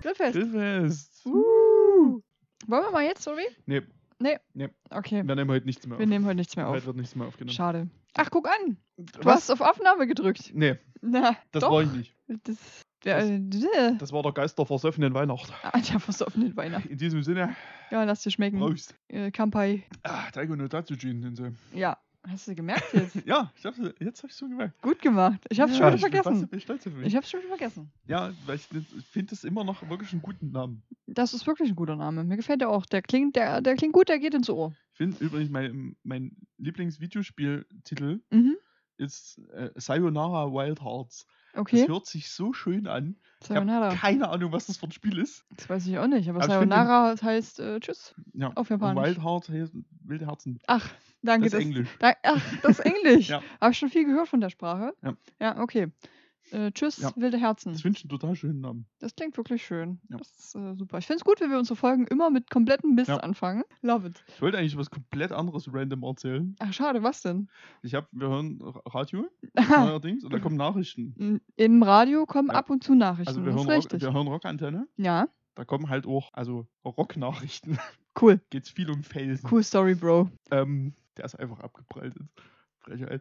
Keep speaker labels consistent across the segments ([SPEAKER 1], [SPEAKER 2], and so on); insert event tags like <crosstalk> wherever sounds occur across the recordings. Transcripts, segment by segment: [SPEAKER 1] Grillfest.
[SPEAKER 2] Grillfest.
[SPEAKER 1] Uh. Wollen wir mal jetzt, sorry?
[SPEAKER 2] Nee.
[SPEAKER 1] Nee.
[SPEAKER 2] Nee.
[SPEAKER 1] Okay.
[SPEAKER 2] Wir nehmen heute nichts mehr
[SPEAKER 1] Wir
[SPEAKER 2] auf.
[SPEAKER 1] nehmen heute nichts mehr
[SPEAKER 2] Heute
[SPEAKER 1] auf.
[SPEAKER 2] wird nichts mehr aufgenommen.
[SPEAKER 1] Schade. Ach, guck an. Du
[SPEAKER 2] Was?
[SPEAKER 1] hast auf Aufnahme gedrückt.
[SPEAKER 2] Nee,
[SPEAKER 1] Na,
[SPEAKER 2] das
[SPEAKER 1] doch.
[SPEAKER 2] war ich nicht.
[SPEAKER 1] Das, der, äh, <laughs>
[SPEAKER 2] Das war der Geist der versoffenen Weihnacht.
[SPEAKER 1] ah, der versoffenen Weihnachten.
[SPEAKER 2] In diesem Sinne,
[SPEAKER 1] Ja, lass dir schmecken.
[SPEAKER 2] brauchst
[SPEAKER 1] Äh, Kampai.
[SPEAKER 2] Ah, Daigo no Datsujin Sensei.
[SPEAKER 1] Ja, hast du gemerkt
[SPEAKER 2] <laughs>
[SPEAKER 1] jetzt?
[SPEAKER 2] Ja, ich hab's, jetzt hab ich's schon gemerkt.
[SPEAKER 1] Gut gemacht. Ich hab's
[SPEAKER 2] ja,
[SPEAKER 1] schon wieder
[SPEAKER 2] ich bin fast- Ich
[SPEAKER 1] vergessen.
[SPEAKER 2] bin stolz auf mich.
[SPEAKER 1] Ich hab's schon wieder vergessen.
[SPEAKER 2] Ja, weil ich, ich finde das immer noch wirklich einen guten Namen.
[SPEAKER 1] Das ist wirklich ein guter Name. Mir gefällt der auch. Der klingt, der, der klingt gut, der geht ins Ohr.
[SPEAKER 2] Ich finde übrigens, mein, mein Lieblingsvideospieltitel
[SPEAKER 1] Mhm.
[SPEAKER 2] ist äh, Sayonara Wild Hearts.
[SPEAKER 1] Okay.
[SPEAKER 2] Das hört sich so schön an. Ich habe
[SPEAKER 1] Sayonara.
[SPEAKER 2] keine Ahnung, was das für ein Spiel ist.
[SPEAKER 1] Das weiß ich auch nicht, aber
[SPEAKER 2] Aber ich find den-
[SPEAKER 1] Sayonara heißt äh, Tschüss
[SPEAKER 2] Ja.
[SPEAKER 1] auf
[SPEAKER 2] Und
[SPEAKER 1] Japanisch.
[SPEAKER 2] Wild Hearts, heißt wilde Herzen.
[SPEAKER 1] Ach, danke.
[SPEAKER 2] das ist Englisch.
[SPEAKER 1] Da, ach, das ist Englisch.
[SPEAKER 2] <laughs> Ja.
[SPEAKER 1] Habe ich schon viel gehört von der Sprache.
[SPEAKER 2] Ja.
[SPEAKER 1] okay. Äh, tschüss,
[SPEAKER 2] Ja.
[SPEAKER 1] wilde Herzen.
[SPEAKER 2] Das finde ich einen total schönen Namen.
[SPEAKER 1] Das klingt wirklich schön.
[SPEAKER 2] Ja.
[SPEAKER 1] Das ist äh, super. Ich finde es gut, wenn wir unsere Folgen immer mit kompletten Mist
[SPEAKER 2] Ja.
[SPEAKER 1] anfangen. Love it.
[SPEAKER 2] Ich wollte eigentlich was komplett anderes random erzählen.
[SPEAKER 1] Ach, schade, was denn?
[SPEAKER 2] Ich habe, wir hören Ra- Radio
[SPEAKER 1] <laughs> Aha.
[SPEAKER 2] neuerdings und da kommen Nachrichten.
[SPEAKER 1] M- Im Radio kommen
[SPEAKER 2] Äh. Ja.
[SPEAKER 1] ab und zu Nachrichten.
[SPEAKER 2] Also wir
[SPEAKER 1] das
[SPEAKER 2] hören,
[SPEAKER 1] ist
[SPEAKER 2] Rock,
[SPEAKER 1] richtig.
[SPEAKER 2] wir hören Rockantenne.
[SPEAKER 1] Ja,
[SPEAKER 2] Da kommen halt auch, also Rocknachrichten. <laughs>
[SPEAKER 1] cool.
[SPEAKER 2] Geht's viel um Felsen.
[SPEAKER 1] Cool Story, Bro.
[SPEAKER 2] Ähm, der ist einfach abgeprallt.
[SPEAKER 1] <laughs>
[SPEAKER 2] Frechheit.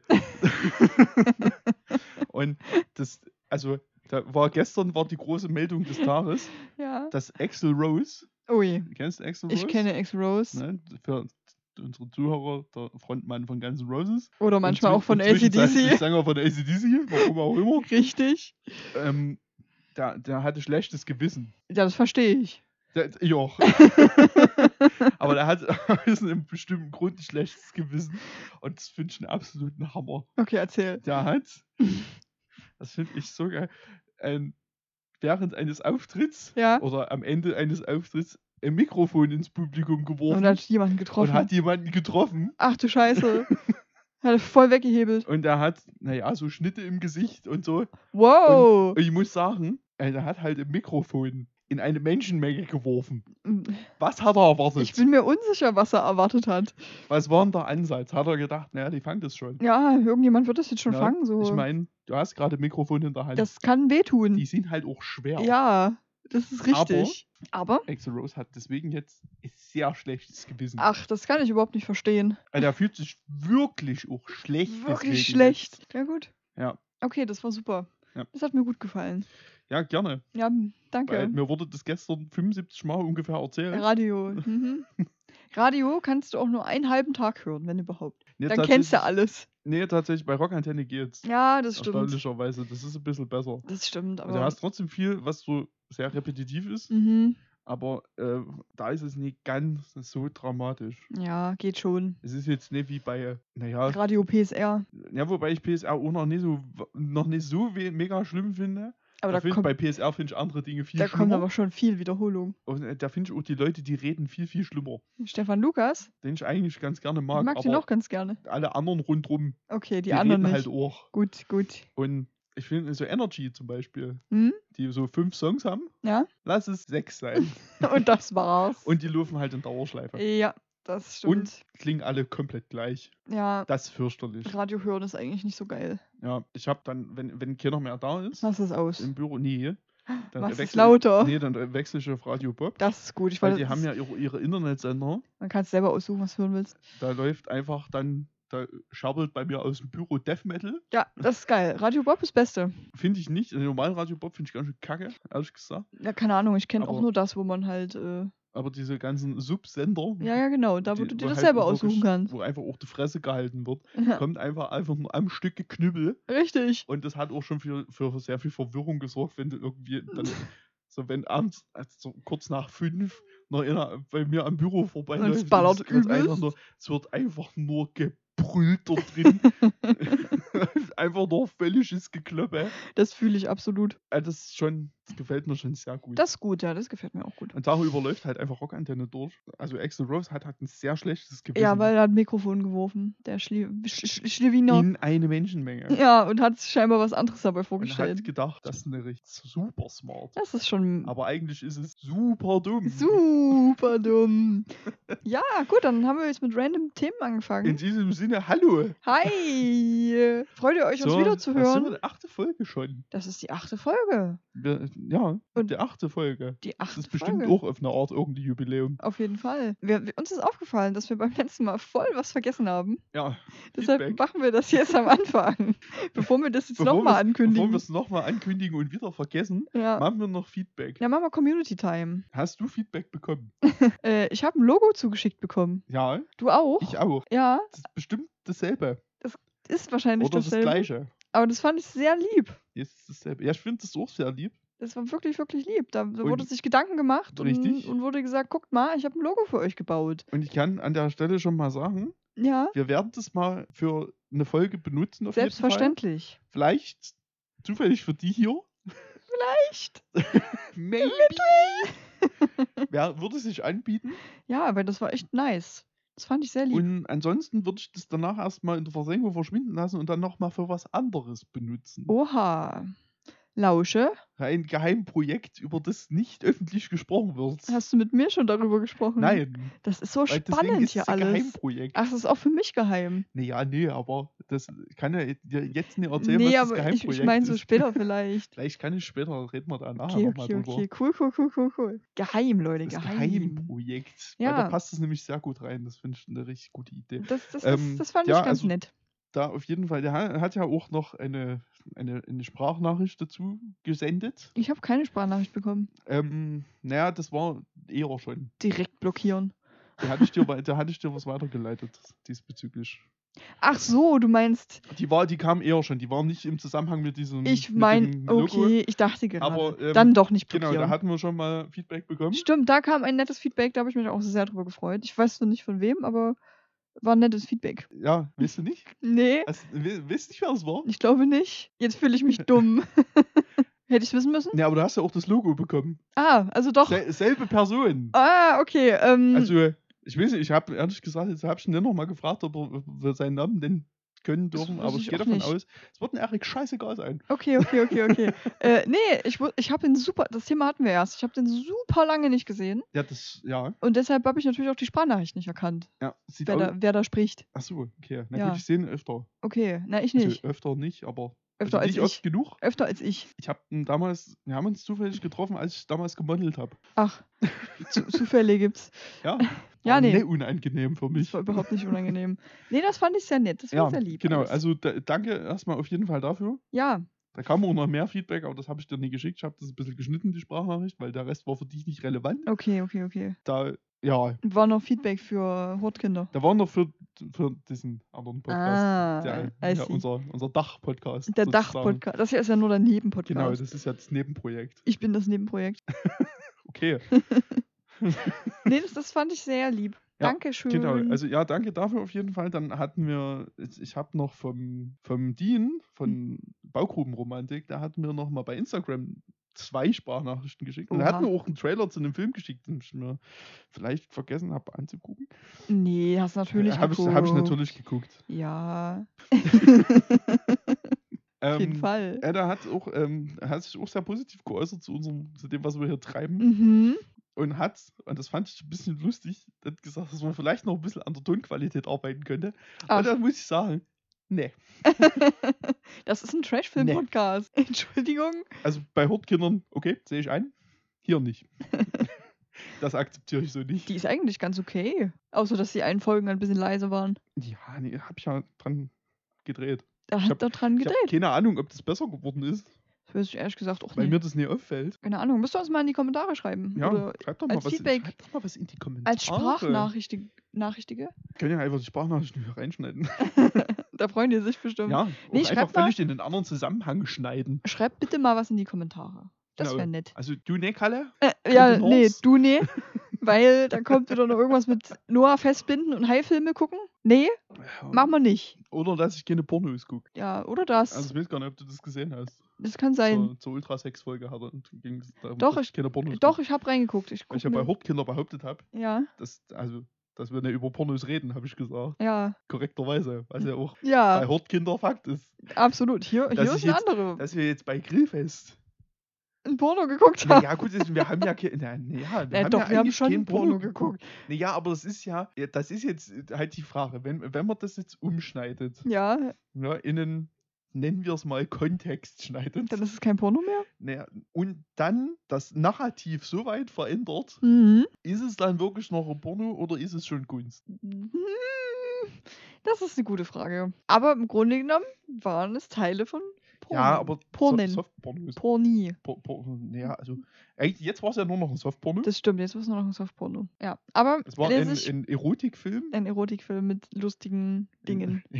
[SPEAKER 2] und das, also, da war gestern war die große Meldung des Tages,
[SPEAKER 1] Ja.
[SPEAKER 2] dass Axel Rose,
[SPEAKER 1] Oh je.
[SPEAKER 2] kennst du Axel Rose?
[SPEAKER 1] Ich kenne X-Rose.
[SPEAKER 2] ne, für unsere Zuhörer, der Frontmann von Guns N' Roses.
[SPEAKER 1] Oder manchmal
[SPEAKER 2] Inzwi-
[SPEAKER 1] auch von
[SPEAKER 2] inzwischenzeitlich
[SPEAKER 1] ACDC.
[SPEAKER 2] Sänger von ACDC, warum auch immer.
[SPEAKER 1] <laughs> Richtig.
[SPEAKER 2] ähm, der, der hatte schlechtes Gewissen.
[SPEAKER 1] Ja, das verstehe
[SPEAKER 2] <laughs>
[SPEAKER 1] ich.
[SPEAKER 2] Der, ja. Aber der hat <laughs> aus einem bestimmten Grund ein schlechtes Gewissen. Und das finde ich einen absoluten Hammer.
[SPEAKER 1] Okay, erzähl.
[SPEAKER 2] Der hat, das finde ich so geil, ein, während eines Auftritts
[SPEAKER 1] Ja.
[SPEAKER 2] oder am Ende eines Auftritts ein Mikrofon ins Publikum geworfen
[SPEAKER 1] Und
[SPEAKER 2] und,
[SPEAKER 1] hat jemanden getroffen.
[SPEAKER 2] hat jemanden getroffen.
[SPEAKER 1] Ach du
[SPEAKER 2] <laughs>
[SPEAKER 1] Scheiße. hat er voll weggehebelt.
[SPEAKER 2] Und der hat, naja, so Schnitte im Gesicht und so.
[SPEAKER 1] Wow.
[SPEAKER 2] Und ich muss sagen, äh, der hat halt ein Mikrofon in eine Menschenmenge geworfen. Was hat er erwartet?
[SPEAKER 1] ich bin mir unsicher, was er erwartet hat.
[SPEAKER 2] Was war denn der Ansatz? Hat er gedacht, naja, die fangen das schon.
[SPEAKER 1] Ja, irgendjemand wird das jetzt schon
[SPEAKER 2] Ja,
[SPEAKER 1] fangen. So.
[SPEAKER 2] Ich meine, du hast gerade ein Mikrofon in der Hand.
[SPEAKER 1] das kann wehtun.
[SPEAKER 2] die sind halt auch schwer.
[SPEAKER 1] Ja, das ist richtig. Aber?
[SPEAKER 2] Axel Rose hat deswegen jetzt ein sehr schlechtes Gewissen.
[SPEAKER 1] Ach, das kann ich überhaupt nicht verstehen.
[SPEAKER 2] Also er fühlt sich wirklich auch schlecht. deswegen. ne?
[SPEAKER 1] Wirklich schlecht. Ja, gut.
[SPEAKER 2] Ja.
[SPEAKER 1] Okay, das war super.
[SPEAKER 2] Ja.
[SPEAKER 1] Das hat mir gut gefallen.
[SPEAKER 2] Ja, gerne.
[SPEAKER 1] Ja,
[SPEAKER 2] Weil
[SPEAKER 1] danke.
[SPEAKER 2] mir wurde das gestern 75 Mal ungefähr erzählt.
[SPEAKER 1] Radio.
[SPEAKER 2] <laughs>
[SPEAKER 1] Mhm. Radio kannst du auch nur einen halben Tag hören, wenn überhaupt.
[SPEAKER 2] nee,
[SPEAKER 1] Dann kennst du
[SPEAKER 2] tatsächlich-
[SPEAKER 1] alles.
[SPEAKER 2] Nee, tatsächlich, bei Rockantenne geht's.
[SPEAKER 1] Ja, das stimmt.
[SPEAKER 2] Erstaunlicherweise, das ist ein bisschen besser.
[SPEAKER 1] Das stimmt, aber.
[SPEAKER 2] Also du hast trotzdem viel, was so sehr repetitiv ist,
[SPEAKER 1] mhm.
[SPEAKER 2] aber äh, da ist es nicht ganz so dramatisch.
[SPEAKER 1] Ja, geht schon.
[SPEAKER 2] Es ist jetzt nicht wie bei, naja,
[SPEAKER 1] Radio PSR.
[SPEAKER 2] ja, wobei ich PSR auch noch nicht so, noch nicht so we- mega schlimm finde.
[SPEAKER 1] Aber
[SPEAKER 2] da
[SPEAKER 1] da,
[SPEAKER 2] find,
[SPEAKER 1] kommt,
[SPEAKER 2] bei PSR finde ich andere Dinge viel
[SPEAKER 1] da kommt
[SPEAKER 2] schlimmer.
[SPEAKER 1] aber schon viel Wiederholung.
[SPEAKER 2] Und, äh, da finde ich auch die Leute, die reden, viel, viel schlimmer.
[SPEAKER 1] Stefan Lukas,
[SPEAKER 2] Den ich eigentlich ganz gerne
[SPEAKER 1] mag,
[SPEAKER 2] mag,
[SPEAKER 1] mag
[SPEAKER 2] aber
[SPEAKER 1] den auch ganz gerne.
[SPEAKER 2] alle anderen rundrum,
[SPEAKER 1] Okay, die,
[SPEAKER 2] die,
[SPEAKER 1] anderen
[SPEAKER 2] reden
[SPEAKER 1] nicht.
[SPEAKER 2] halt auch.
[SPEAKER 1] Gut,
[SPEAKER 2] <laughs>
[SPEAKER 1] gut.
[SPEAKER 2] Und ich finde so Energy zum Beispiel,
[SPEAKER 1] Hm?
[SPEAKER 2] die so fünf Songs haben,
[SPEAKER 1] Ja,
[SPEAKER 2] lass es
[SPEAKER 1] <laughs>
[SPEAKER 2] sechs sein.
[SPEAKER 1] und das war's.
[SPEAKER 2] Und die laufen halt in Dauerschleife.
[SPEAKER 1] ja, das
[SPEAKER 2] Und-
[SPEAKER 1] stimmt.
[SPEAKER 2] klingen alle komplett gleich.
[SPEAKER 1] ja,
[SPEAKER 2] Das ist fürchterlich.
[SPEAKER 1] Radio hören ist eigentlich nicht so geil.
[SPEAKER 2] Ja, ich habe dann, wenn, wenn keiner mehr da ist,
[SPEAKER 1] Lass es aus.
[SPEAKER 2] im Büro, nee, dann
[SPEAKER 1] Mach es
[SPEAKER 2] wechsel-
[SPEAKER 1] lauter.
[SPEAKER 2] Nee, dann wechsle ich auf Radio Bob.
[SPEAKER 1] Das ist gut. Ich
[SPEAKER 2] weil
[SPEAKER 1] weiß,
[SPEAKER 2] die
[SPEAKER 1] das
[SPEAKER 2] haben
[SPEAKER 1] ist-
[SPEAKER 2] ja ihre, ihre Internetsender.
[SPEAKER 1] man kann es selber aussuchen, was du hören willst.
[SPEAKER 2] Da läuft einfach dann, da schabbelt bei mir aus dem Büro Death Metal. <laughs>
[SPEAKER 1] Ja, das ist geil. Radio Bob ist Beste.
[SPEAKER 2] Finde ich nicht. Den normalen Radio Bob finde ich ganz schön kacke, ehrlich gesagt.
[SPEAKER 1] Ja, keine Ahnung, ich kenne auch
[SPEAKER 2] Aber-
[SPEAKER 1] nur das, wo man halt. Äh,
[SPEAKER 2] Aber diese ganzen Subsender.
[SPEAKER 1] ja, ja, genau, da wo
[SPEAKER 2] die-
[SPEAKER 1] du dir das
[SPEAKER 2] halt
[SPEAKER 1] selber
[SPEAKER 2] wirklich-
[SPEAKER 1] aussuchen kannst.
[SPEAKER 2] Wo einfach auch die Fresse gehalten wird.
[SPEAKER 1] <laughs> Ja,
[SPEAKER 2] Kommt einfach einfach nur am Stück geknüppelt.
[SPEAKER 1] richtig.
[SPEAKER 2] Und das hat auch schon für, für sehr viel Verwirrung gesorgt, wenn du irgendwie
[SPEAKER 1] <laughs>
[SPEAKER 2] dann, so wenn abends, also so kurz nach fünf, noch einer bei mir am Büro vorbei
[SPEAKER 1] Und es ballert
[SPEAKER 2] einfach
[SPEAKER 1] übelst.
[SPEAKER 2] nur, es wird einfach nur gebrüllt
[SPEAKER 1] <laughs>
[SPEAKER 2] dort drin. einfach nur völliges Geklöppe.
[SPEAKER 1] Das fühle ich absolut.
[SPEAKER 2] Also das ist schon, das gefällt mir schon sehr gut.
[SPEAKER 1] Das ist gut, ja, das gefällt mir auch gut.
[SPEAKER 2] und darüber läuft halt einfach Rockantenne durch. Also Axel Rose hat, hat ein sehr schlechtes Gewissen.
[SPEAKER 1] Ja, weil er hat ein Mikrofon geworfen, der Schli Sch Sch Schlewiner.
[SPEAKER 2] in eine Menschenmenge.
[SPEAKER 1] Ja, und hat sich scheinbar was anderes dabei
[SPEAKER 2] Und hat
[SPEAKER 1] vorgestellt.
[SPEAKER 2] gedacht, das ist eine richtig super smart.
[SPEAKER 1] Das ist schon
[SPEAKER 2] Aber eigentlich ist es super dumm.
[SPEAKER 1] super
[SPEAKER 2] <laughs>
[SPEAKER 1] dumm. Ja, gut, dann haben wir jetzt mit random Themen
[SPEAKER 2] In
[SPEAKER 1] angefangen.
[SPEAKER 2] diesem Sinne, hallo.
[SPEAKER 1] Hi! Freut ihr euch, uns
[SPEAKER 2] <laughs> So,
[SPEAKER 1] wieder zu
[SPEAKER 2] Das sind
[SPEAKER 1] hören?
[SPEAKER 2] wir die achte Folge schon.
[SPEAKER 1] Das ist die achte Folge.
[SPEAKER 2] Wir, ja,
[SPEAKER 1] Und-
[SPEAKER 2] der achte Folge.
[SPEAKER 1] Die
[SPEAKER 2] Das
[SPEAKER 1] achte
[SPEAKER 2] ist bestimmt
[SPEAKER 1] Folge.
[SPEAKER 2] auch auf eine Art irgendwie Jubiläum.
[SPEAKER 1] Auf jeden Fall. Wir, wir, uns ist aufgefallen, dass wir beim letzten Mal voll was vergessen haben.
[SPEAKER 2] Ja,
[SPEAKER 1] Deshalb
[SPEAKER 2] Feedback.
[SPEAKER 1] machen wir das jetzt am Anfang. <laughs> bevor wir das jetzt
[SPEAKER 2] Bevor
[SPEAKER 1] nochmal
[SPEAKER 2] wir's- bevor
[SPEAKER 1] ankündigen.
[SPEAKER 2] wir es nochmal ankündigen und wieder vergessen,
[SPEAKER 1] ja.
[SPEAKER 2] machen wir noch Feedback.
[SPEAKER 1] ja, machen wir Community Time.
[SPEAKER 2] Hast du Feedback bekommen?
[SPEAKER 1] Äh, ich habe ein Logo zugeschickt bekommen.
[SPEAKER 2] Ja,
[SPEAKER 1] Du auch?
[SPEAKER 2] ich auch.
[SPEAKER 1] ja,
[SPEAKER 2] Das ist bestimmt dasselbe.
[SPEAKER 1] ist wahrscheinlich
[SPEAKER 2] Oder Oh, das
[SPEAKER 1] dasselbe.
[SPEAKER 2] gleiche.
[SPEAKER 1] Aber das fand ich sehr lieb.
[SPEAKER 2] Jetzt ist dasselbe. Ja, ich finde das auch sehr lieb.
[SPEAKER 1] Das war wirklich, wirklich lieb. Da, da
[SPEAKER 2] Und-
[SPEAKER 1] wurde sich Gedanken gemacht und,
[SPEAKER 2] Richtig.
[SPEAKER 1] und wurde gesagt, guckt mal, ich habe ein Logo für euch gebaut.
[SPEAKER 2] Und ich kann an der Stelle schon mal sagen,
[SPEAKER 1] Ja,
[SPEAKER 2] wir werden das mal für eine Folge benutzen. Auf Jeden Fall.
[SPEAKER 1] selbstverständlich.
[SPEAKER 2] Vielleicht zufällig für die hier.
[SPEAKER 1] Echt?
[SPEAKER 2] Maybe. Wer würde sich anbieten?
[SPEAKER 1] Ja, weil das war echt nice. Das fand ich sehr lieb.
[SPEAKER 2] Und ansonsten würde ich das danach erstmal in der Versenkung verschwinden lassen und dann nochmal für was anderes benutzen.
[SPEAKER 1] Oh. Oha. Lausche,
[SPEAKER 2] Ein Geheimprojekt, über das nicht öffentlich gesprochen wird.
[SPEAKER 1] hast du mit mir schon darüber gesprochen?
[SPEAKER 2] Nein,
[SPEAKER 1] Das ist so
[SPEAKER 2] weil deswegen
[SPEAKER 1] spannend
[SPEAKER 2] ist es
[SPEAKER 1] hier
[SPEAKER 2] ein
[SPEAKER 1] alles. Ah.
[SPEAKER 2] Geheimprojekt.
[SPEAKER 1] Ach, das ist auch für mich geheim.
[SPEAKER 2] Naja, nee, aber das kann ja dir jetzt nicht erzählen,
[SPEAKER 1] nee,
[SPEAKER 2] was das
[SPEAKER 1] aber ich,
[SPEAKER 2] Geheimprojekt
[SPEAKER 1] ich meine so
[SPEAKER 2] ist.
[SPEAKER 1] später vielleicht.
[SPEAKER 2] Vielleicht kann ich später, reden wir da nachher
[SPEAKER 1] okay,
[SPEAKER 2] nochmal
[SPEAKER 1] okay,
[SPEAKER 2] drüber.
[SPEAKER 1] okay. Cool, cool, cool, cool, cool. Geheim, Leute,
[SPEAKER 2] Das
[SPEAKER 1] geheim.
[SPEAKER 2] Geheimprojekt. Weil
[SPEAKER 1] Ja.
[SPEAKER 2] da passt es nämlich sehr gut rein. Das finde ich eine richtig gute Idee.
[SPEAKER 1] Das, das, das,
[SPEAKER 2] Ähm,
[SPEAKER 1] das fand
[SPEAKER 2] ja,
[SPEAKER 1] ich ganz
[SPEAKER 2] also-
[SPEAKER 1] nett.
[SPEAKER 2] Da auf jeden Fall, der ha- hat ja auch noch eine, eine, eine Sprachnachricht dazu gesendet.
[SPEAKER 1] Ich habe keine Sprachnachricht bekommen.
[SPEAKER 2] Ähm, naja, das war eher schon.
[SPEAKER 1] Direkt blockieren.
[SPEAKER 2] Da hatte ich dir, wei- <laughs> da hatte ich dir was weitergeleitet diesbezüglich.
[SPEAKER 1] Ach so, du meinst,
[SPEAKER 2] Die, war, die kam eher schon. Die war nicht im Zusammenhang mit diesem.
[SPEAKER 1] ich
[SPEAKER 2] Ähm, mit
[SPEAKER 1] meine,
[SPEAKER 2] dem Logo.
[SPEAKER 1] okay, ich dachte gerade.
[SPEAKER 2] Aber, ähm,
[SPEAKER 1] dann doch nicht
[SPEAKER 2] Genau,
[SPEAKER 1] blockieren.
[SPEAKER 2] da hatten wir schon mal Feedback bekommen.
[SPEAKER 1] Stimmt, da kam ein nettes Feedback, da habe ich mich auch sehr drüber gefreut. Ich weiß noch nicht von wem, aber war ein nettes Feedback.
[SPEAKER 2] Ja, weißt du nicht?
[SPEAKER 1] Nee,
[SPEAKER 2] Also, we- weißt du nicht, wer
[SPEAKER 1] <laughs>
[SPEAKER 2] das war?
[SPEAKER 1] ich glaube nicht. Jetzt fühle ich mich
[SPEAKER 2] <laughs>
[SPEAKER 1] dumm. <laughs> Hätte ich wissen müssen?
[SPEAKER 2] Ja, aber du hast ja auch das Logo bekommen.
[SPEAKER 1] Ah, also doch.
[SPEAKER 2] Sel selbe Person.
[SPEAKER 1] Ah, okay. Ähm,
[SPEAKER 2] Also, ich weiß nicht, ich habe ehrlich gesagt, jetzt habe ich ihn dann nochmal gefragt, ob er- ob wir seinen Namen denn können
[SPEAKER 1] Das
[SPEAKER 2] dürfen,
[SPEAKER 1] weiß
[SPEAKER 2] aber ich
[SPEAKER 1] ich
[SPEAKER 2] gehe
[SPEAKER 1] auch
[SPEAKER 2] davon
[SPEAKER 1] nicht.
[SPEAKER 2] aus, es wird ein Erik scheißegal sein.
[SPEAKER 1] okay, okay, okay,
[SPEAKER 2] <laughs>
[SPEAKER 1] okay. äh, nee, ich, wu- ich habe den super, das Thema hatten wir erst. Ich habe den super lange nicht gesehen
[SPEAKER 2] Ja, das, ja.
[SPEAKER 1] und deshalb habe ich natürlich auch die Sprachnachricht nicht erkannt,
[SPEAKER 2] ja sieht
[SPEAKER 1] wer
[SPEAKER 2] aus.
[SPEAKER 1] da, wer da spricht.
[SPEAKER 2] Achso, okay. Na
[SPEAKER 1] Ja.
[SPEAKER 2] gut, ich sehe ihn öfter.
[SPEAKER 1] Okay, na, ich
[SPEAKER 2] Also
[SPEAKER 1] nicht.
[SPEAKER 2] öfter nicht, aber
[SPEAKER 1] Öfter
[SPEAKER 2] also
[SPEAKER 1] als
[SPEAKER 2] nicht oft
[SPEAKER 1] ich.
[SPEAKER 2] genug.
[SPEAKER 1] Öfter als ich.
[SPEAKER 2] Ich habe ihn damals, wir haben uns zufällig getroffen, als ich damals gemodelt habe.
[SPEAKER 1] Ach, zu,
[SPEAKER 2] <laughs>
[SPEAKER 1] Zufälle gibt's.
[SPEAKER 2] Ja,
[SPEAKER 1] <laughs> Ja,
[SPEAKER 2] War
[SPEAKER 1] nee.
[SPEAKER 2] ne- unangenehm für mich.
[SPEAKER 1] Das war überhaupt nicht unangenehm. Nee, das fand ich sehr nett. Das war
[SPEAKER 2] Ja,
[SPEAKER 1] sehr lieb.
[SPEAKER 2] genau.
[SPEAKER 1] alles.
[SPEAKER 2] Also da, danke erstmal auf jeden Fall dafür.
[SPEAKER 1] ja,
[SPEAKER 2] Da kam auch noch mehr Feedback, aber das habe ich dir nie geschickt. Ich habe das ein bisschen geschnitten, die Sprachnachricht, weil der Rest war für dich nicht relevant.
[SPEAKER 1] okay, okay, okay.
[SPEAKER 2] Da, ja,
[SPEAKER 1] War noch Feedback für Hortkinder.
[SPEAKER 2] da war noch für, für diesen anderen Podcast.
[SPEAKER 1] Ah,
[SPEAKER 2] der,
[SPEAKER 1] I
[SPEAKER 2] ja,
[SPEAKER 1] see.
[SPEAKER 2] unser unser Dach-Podcast.
[SPEAKER 1] Der
[SPEAKER 2] sozusagen.
[SPEAKER 1] Dach-Podcast. Das hier ist ja nur der Nebenpodcast.
[SPEAKER 2] Genau, das ist ja das Nebenprojekt.
[SPEAKER 1] ich bin das Nebenprojekt. <laughs>
[SPEAKER 2] Okay,
[SPEAKER 1] Nee, das, das fand ich sehr lieb.
[SPEAKER 2] Ja,
[SPEAKER 1] Dankeschön.
[SPEAKER 2] genau. Also ja, danke dafür auf jeden Fall. Dann hatten wir, ich- ich habe noch vom, vom Dean von Baugrubenromantik, da hatten wir noch mal bei Instagram zwei Sprachnachrichten geschickt. Und da
[SPEAKER 1] Oha.
[SPEAKER 2] hatten wir auch einen Trailer zu einem Film geschickt, den ich mir vielleicht vergessen habe anzugucken.
[SPEAKER 1] nee, hast natürlich
[SPEAKER 2] Habe ich,
[SPEAKER 1] geguckt.
[SPEAKER 2] hab ich natürlich geguckt.
[SPEAKER 1] Ja,
[SPEAKER 2] <laughs> Ähm,
[SPEAKER 1] auf jeden Fall.
[SPEAKER 2] Edda hat, auch, ähm, hat sich auch sehr positiv geäußert zu, unserem, zu dem, was wir hier treiben.
[SPEAKER 1] Mhm.
[SPEAKER 2] Und hat, und das fand ich ein bisschen lustig, hat gesagt, dass man vielleicht noch ein bisschen an der Tonqualität arbeiten könnte.
[SPEAKER 1] Ach.
[SPEAKER 2] Und dann muss ich sagen, nee.
[SPEAKER 1] <laughs> Das ist ein Trashfilm-Podcast. Entschuldigung.
[SPEAKER 2] Also bei Hortkindern, okay, sehe ich ein.
[SPEAKER 1] <laughs>
[SPEAKER 2] Hier nicht. das akzeptiere ich so nicht.
[SPEAKER 1] Die ist eigentlich ganz okay. Außer, dass die einen Folgen ein bisschen leiser waren.
[SPEAKER 2] Ja, nee, habe ich ja dran gedreht.
[SPEAKER 1] Da
[SPEAKER 2] hab-
[SPEAKER 1] hat er dran gedreht.
[SPEAKER 2] Ich habe keine Ahnung, ob das besser geworden ist,
[SPEAKER 1] Das weiß ich ehrlich gesagt auch
[SPEAKER 2] weil
[SPEAKER 1] nicht.
[SPEAKER 2] mir das nie auffällt.
[SPEAKER 1] Keine Ahnung, müsst ihr uns mal in die Kommentare schreiben.
[SPEAKER 2] Ja,
[SPEAKER 1] Oder
[SPEAKER 2] schreibt doch, mal
[SPEAKER 1] als
[SPEAKER 2] was in,
[SPEAKER 1] Feedback.
[SPEAKER 2] schreibt doch mal was in die Kommentare.
[SPEAKER 1] als Sprachnachrichtige. Nachrichtige?
[SPEAKER 2] Können ja einfach die Sprachnachrichten hier reinschneiden.
[SPEAKER 1] Da freuen die sich bestimmt.
[SPEAKER 2] Ja,
[SPEAKER 1] Ähm, Nee,
[SPEAKER 2] oder einfach
[SPEAKER 1] schreibt mal.
[SPEAKER 2] völlig in den anderen Zusammenhang schneiden.
[SPEAKER 1] Schreibt bitte mal was in die Kommentare. Das
[SPEAKER 2] Genau.
[SPEAKER 1] wäre nett.
[SPEAKER 2] Also du, ne, Kalle?
[SPEAKER 1] Äh, ja,
[SPEAKER 2] Kompetenz.
[SPEAKER 1] nee, du
[SPEAKER 2] <laughs>
[SPEAKER 1] nee. Weil dann kommt wieder noch irgendwas mit Noah festbinden und Haifilme gucken. Nee, machen wir nicht.
[SPEAKER 2] Oder dass ich keine Pornos gucke.
[SPEAKER 1] Ja, oder das.
[SPEAKER 2] Also ich weiß gar nicht, ob du das gesehen hast.
[SPEAKER 1] das kann sein.
[SPEAKER 2] Zur, zur Ultrasex-Folge hatte und ging es darum,
[SPEAKER 1] Doch,
[SPEAKER 2] dass ich keine Pornos
[SPEAKER 1] Doch,
[SPEAKER 2] guck.
[SPEAKER 1] ich habe reingeguckt. Ich,
[SPEAKER 2] Weil ich
[SPEAKER 1] guck
[SPEAKER 2] ja bei
[SPEAKER 1] mir-
[SPEAKER 2] Hortkinder behauptet habe,
[SPEAKER 1] ja,
[SPEAKER 2] dass, also, dass wir nicht über Pornos reden, habe ich gesagt.
[SPEAKER 1] ja,
[SPEAKER 2] Korrekterweise. Was ja auch bei
[SPEAKER 1] ja,
[SPEAKER 2] Hortkinder Fakt ist.
[SPEAKER 1] absolut. Hier,
[SPEAKER 2] Dass
[SPEAKER 1] hier ist
[SPEAKER 2] ich
[SPEAKER 1] eine
[SPEAKER 2] jetzt-
[SPEAKER 1] andere.
[SPEAKER 2] Dass wir jetzt bei Grillfest
[SPEAKER 1] Ein Porno geguckt haben.
[SPEAKER 2] Naja, gut, ist, wir haben ja ke- na, na, ja, wir
[SPEAKER 1] Na
[SPEAKER 2] haben
[SPEAKER 1] doch,
[SPEAKER 2] ja
[SPEAKER 1] wir haben
[SPEAKER 2] eigentlich
[SPEAKER 1] schon
[SPEAKER 2] kein Porno
[SPEAKER 1] Porno
[SPEAKER 2] geguckt. Naja, aber das ist ja, ja, das ist jetzt äh, halt die Frage, wenn, wenn man das jetzt umschneidet,
[SPEAKER 1] Ja,
[SPEAKER 2] ne, in einen nennen wir es mal, Kontext schneidet.
[SPEAKER 1] Dann ist es kein Porno mehr?
[SPEAKER 2] Naja, und dann das Narrativ so weit verändert,
[SPEAKER 1] Mhm.
[SPEAKER 2] ist es dann wirklich noch ein Porno oder ist es schon Kunst?
[SPEAKER 1] Hm, Das ist eine gute Frage. Aber im Grunde genommen waren es Teile von Porno.
[SPEAKER 2] Ja, aber
[SPEAKER 1] Pornen.
[SPEAKER 2] So Softporno ist.
[SPEAKER 1] Porni.
[SPEAKER 2] Por Por naja, also, eigentlich, jetzt war es ja nur noch ein Softporno.
[SPEAKER 1] Das stimmt, jetzt muss nur noch ein Softporno. Ja, aber
[SPEAKER 2] Hm? Es war ein,
[SPEAKER 1] das ist
[SPEAKER 2] ein Erotikfilm.
[SPEAKER 1] ein Erotikfilm mit lustigen Äh, Dingen. Äh.
[SPEAKER 2] Ein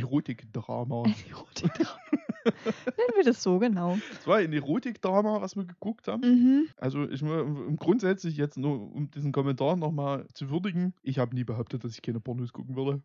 [SPEAKER 1] <laughs>
[SPEAKER 2] Erotikdrama.
[SPEAKER 1] Ein Erotikdrama. Nennen wir das so, genau.
[SPEAKER 2] Es war ein Erotikdrama, was wir geguckt haben.
[SPEAKER 1] Mhm.
[SPEAKER 2] Also ich mu- um- grundsätzlich jetzt nur, um diesen Kommentar nochmal zu würdigen, ich habe nie behauptet, dass ich keine Pornos gucken würde.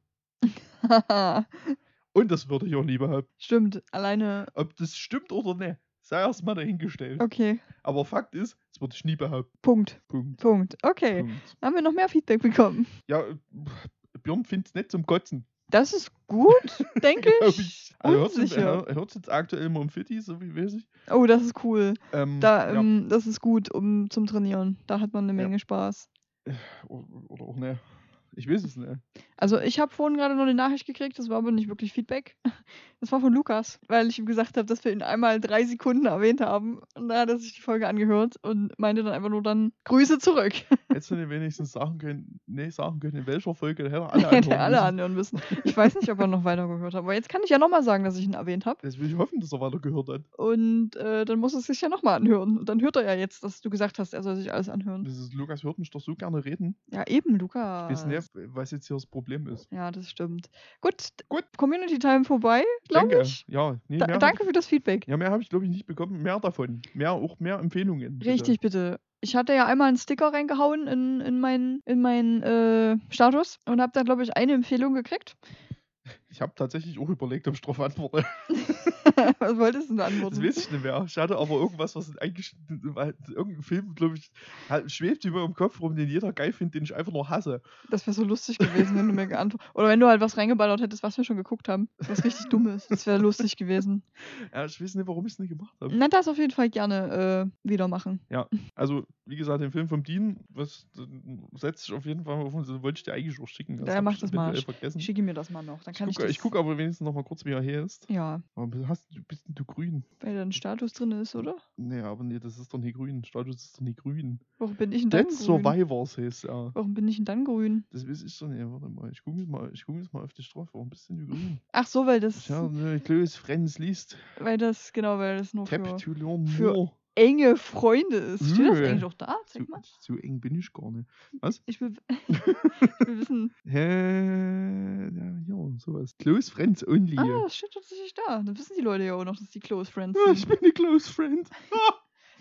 [SPEAKER 2] Und das würde ich auch nie behaupten.
[SPEAKER 1] <laughs> stimmt, alleine.
[SPEAKER 2] Ob das stimmt oder ne, sei erstmal dahingestellt.
[SPEAKER 1] Okay,
[SPEAKER 2] Aber Fakt ist, das würde ich nie behaupten.
[SPEAKER 1] Punkt.
[SPEAKER 2] Punkt.
[SPEAKER 1] Punkt. Okay.
[SPEAKER 2] Punkt.
[SPEAKER 1] Haben wir noch mehr Feedback bekommen?
[SPEAKER 2] Ja, äh, pff, Björn findet es nicht zum Kotzen.
[SPEAKER 1] Das ist
[SPEAKER 2] <laughs>
[SPEAKER 1] gut, denke
[SPEAKER 2] glaub
[SPEAKER 1] ich.
[SPEAKER 2] Also hört's jetzt-
[SPEAKER 1] Unsicher.
[SPEAKER 2] er hört es jetzt aktuell mal um Fitti, so wie weiß ich.
[SPEAKER 1] Oh, das ist cool.
[SPEAKER 2] Ähm,
[SPEAKER 1] Da,
[SPEAKER 2] ja,
[SPEAKER 1] ähm, Das ist gut um, zum Trainieren. Da hat man eine
[SPEAKER 2] Ja.
[SPEAKER 1] Menge Spaß.
[SPEAKER 2] o- oder auch ne. Ich weiß es nicht.
[SPEAKER 1] Also ich habe vorhin gerade noch eine Nachricht gekriegt, das war aber nicht wirklich Feedback. <laughs> Das war von Lukas, weil ich ihm gesagt habe, dass wir ihn einmal drei Sekunden erwähnt haben. Und da hat er sich die Folge angehört und meinte dann einfach nur dann Grüße zurück.
[SPEAKER 2] Hättest du denn wenigstens sagen können, nee, sagen können, in welcher Folge, da hätte er alle
[SPEAKER 1] <laughs> Hätte
[SPEAKER 2] anhören
[SPEAKER 1] alle
[SPEAKER 2] müssen.
[SPEAKER 1] anhören müssen. Ich weiß nicht, ob er noch weiter gehört hat. Aber jetzt kann ich ja nochmal sagen, dass ich ihn erwähnt habe.
[SPEAKER 2] Das will ich hoffen, dass er weiter gehört hat.
[SPEAKER 1] Und äh, dann muss er sich ja nochmal anhören. Und dann hört er ja jetzt, dass du gesagt hast, er soll sich alles anhören.
[SPEAKER 2] Das ist, Lukas hört mich doch so gerne reden.
[SPEAKER 1] Ja, eben,
[SPEAKER 2] Ich
[SPEAKER 1] Luca.
[SPEAKER 2] weiß nicht, was jetzt hier das Problem ist.
[SPEAKER 1] Ja, das stimmt. Gut,
[SPEAKER 2] Gut.
[SPEAKER 1] Community Time vorbei, glaube
[SPEAKER 2] danke.
[SPEAKER 1] ich.
[SPEAKER 2] Ja, nee,
[SPEAKER 1] Da,
[SPEAKER 2] mehr hab
[SPEAKER 1] danke für das Feedback.
[SPEAKER 2] Ich, ja, mehr habe ich, glaube ich, nicht bekommen. Mehr davon. Mehr, auch mehr Empfehlungen. bitte.
[SPEAKER 1] Richtig, bitte. Ich hatte ja einmal einen Sticker reingehauen in, in meinen in mein, äh, Status und habe da, glaube ich, eine Empfehlung gekriegt. <laughs>
[SPEAKER 2] Ich habe tatsächlich auch überlegt, ob ich drauf antworte.
[SPEAKER 1] Was wolltest du denn
[SPEAKER 2] Das
[SPEAKER 1] antworten?
[SPEAKER 2] weiß ich nicht mehr. Ich hatte aber irgendwas, was eigentlich irgendein Film, glaube ich, hat- schwebt über im Kopf rum, den jeder geil findet, den ich einfach nur hasse.
[SPEAKER 1] Das wäre so lustig gewesen, wenn du mir geantwortet Oder wenn du halt was reingeballert hättest, was wir schon geguckt haben. Was richtig dumm ist. Das wäre lustig gewesen.
[SPEAKER 2] Ja, ich weiß nicht, warum ich es nicht gemacht habe.
[SPEAKER 1] Na, das auf jeden Fall gerne äh, wieder machen.
[SPEAKER 2] Also, wie gesagt, den Film vom Dean, was setzt sich auf jeden Fall auf uns, den wollte ich dir eigentlich auch schicken.
[SPEAKER 1] Ja,
[SPEAKER 2] hab
[SPEAKER 1] mach
[SPEAKER 2] ich
[SPEAKER 1] das mal.
[SPEAKER 2] eventuell Vergessen.
[SPEAKER 1] Schicke mir das mal noch. Dann
[SPEAKER 2] Ich
[SPEAKER 1] kann ich,
[SPEAKER 2] gucke
[SPEAKER 1] das,
[SPEAKER 2] ich guck aber wenigstens noch mal kurz, wie er hier ist.
[SPEAKER 1] Ja,
[SPEAKER 2] Aber du hast, du bist denn du grün?
[SPEAKER 1] weil da ein Status drin ist, oder?
[SPEAKER 2] Nee, aber nee, das ist doch nie grün. Status ist doch nie grün.
[SPEAKER 1] Warum bin ich denn dann
[SPEAKER 2] Dead
[SPEAKER 1] grün?
[SPEAKER 2] Survivors heißt er.
[SPEAKER 1] Warum bin ich denn dann grün?
[SPEAKER 2] Das weiß ich doch nicht. Warte mal, ich gucke jetzt, mal- ich guck jetzt mal auf die Strafe. Warum bist denn du grün?
[SPEAKER 1] Ach so, weil das,
[SPEAKER 2] Tja, ne, Chloe's Friends liest.
[SPEAKER 1] weil das, genau, weil das nur
[SPEAKER 2] Tap
[SPEAKER 1] für
[SPEAKER 2] to learn
[SPEAKER 1] für-
[SPEAKER 2] more.
[SPEAKER 1] enge Freunde ist. Steht das
[SPEAKER 2] Nö.
[SPEAKER 1] eigentlich auch da?
[SPEAKER 2] So,
[SPEAKER 1] Zeig mal.
[SPEAKER 2] so eng bin ich gar nicht.
[SPEAKER 1] Ich
[SPEAKER 2] <laughs>
[SPEAKER 1] will, <laughs> ich will wissen.
[SPEAKER 2] Hä? Ja, hier, sowas. Close Friends Only.
[SPEAKER 1] Ah, das steht tatsächlich da. Dann wissen die Leute ja auch noch, dass die Close Friends
[SPEAKER 2] ja, ich
[SPEAKER 1] sind.
[SPEAKER 2] bin eine Close Friend.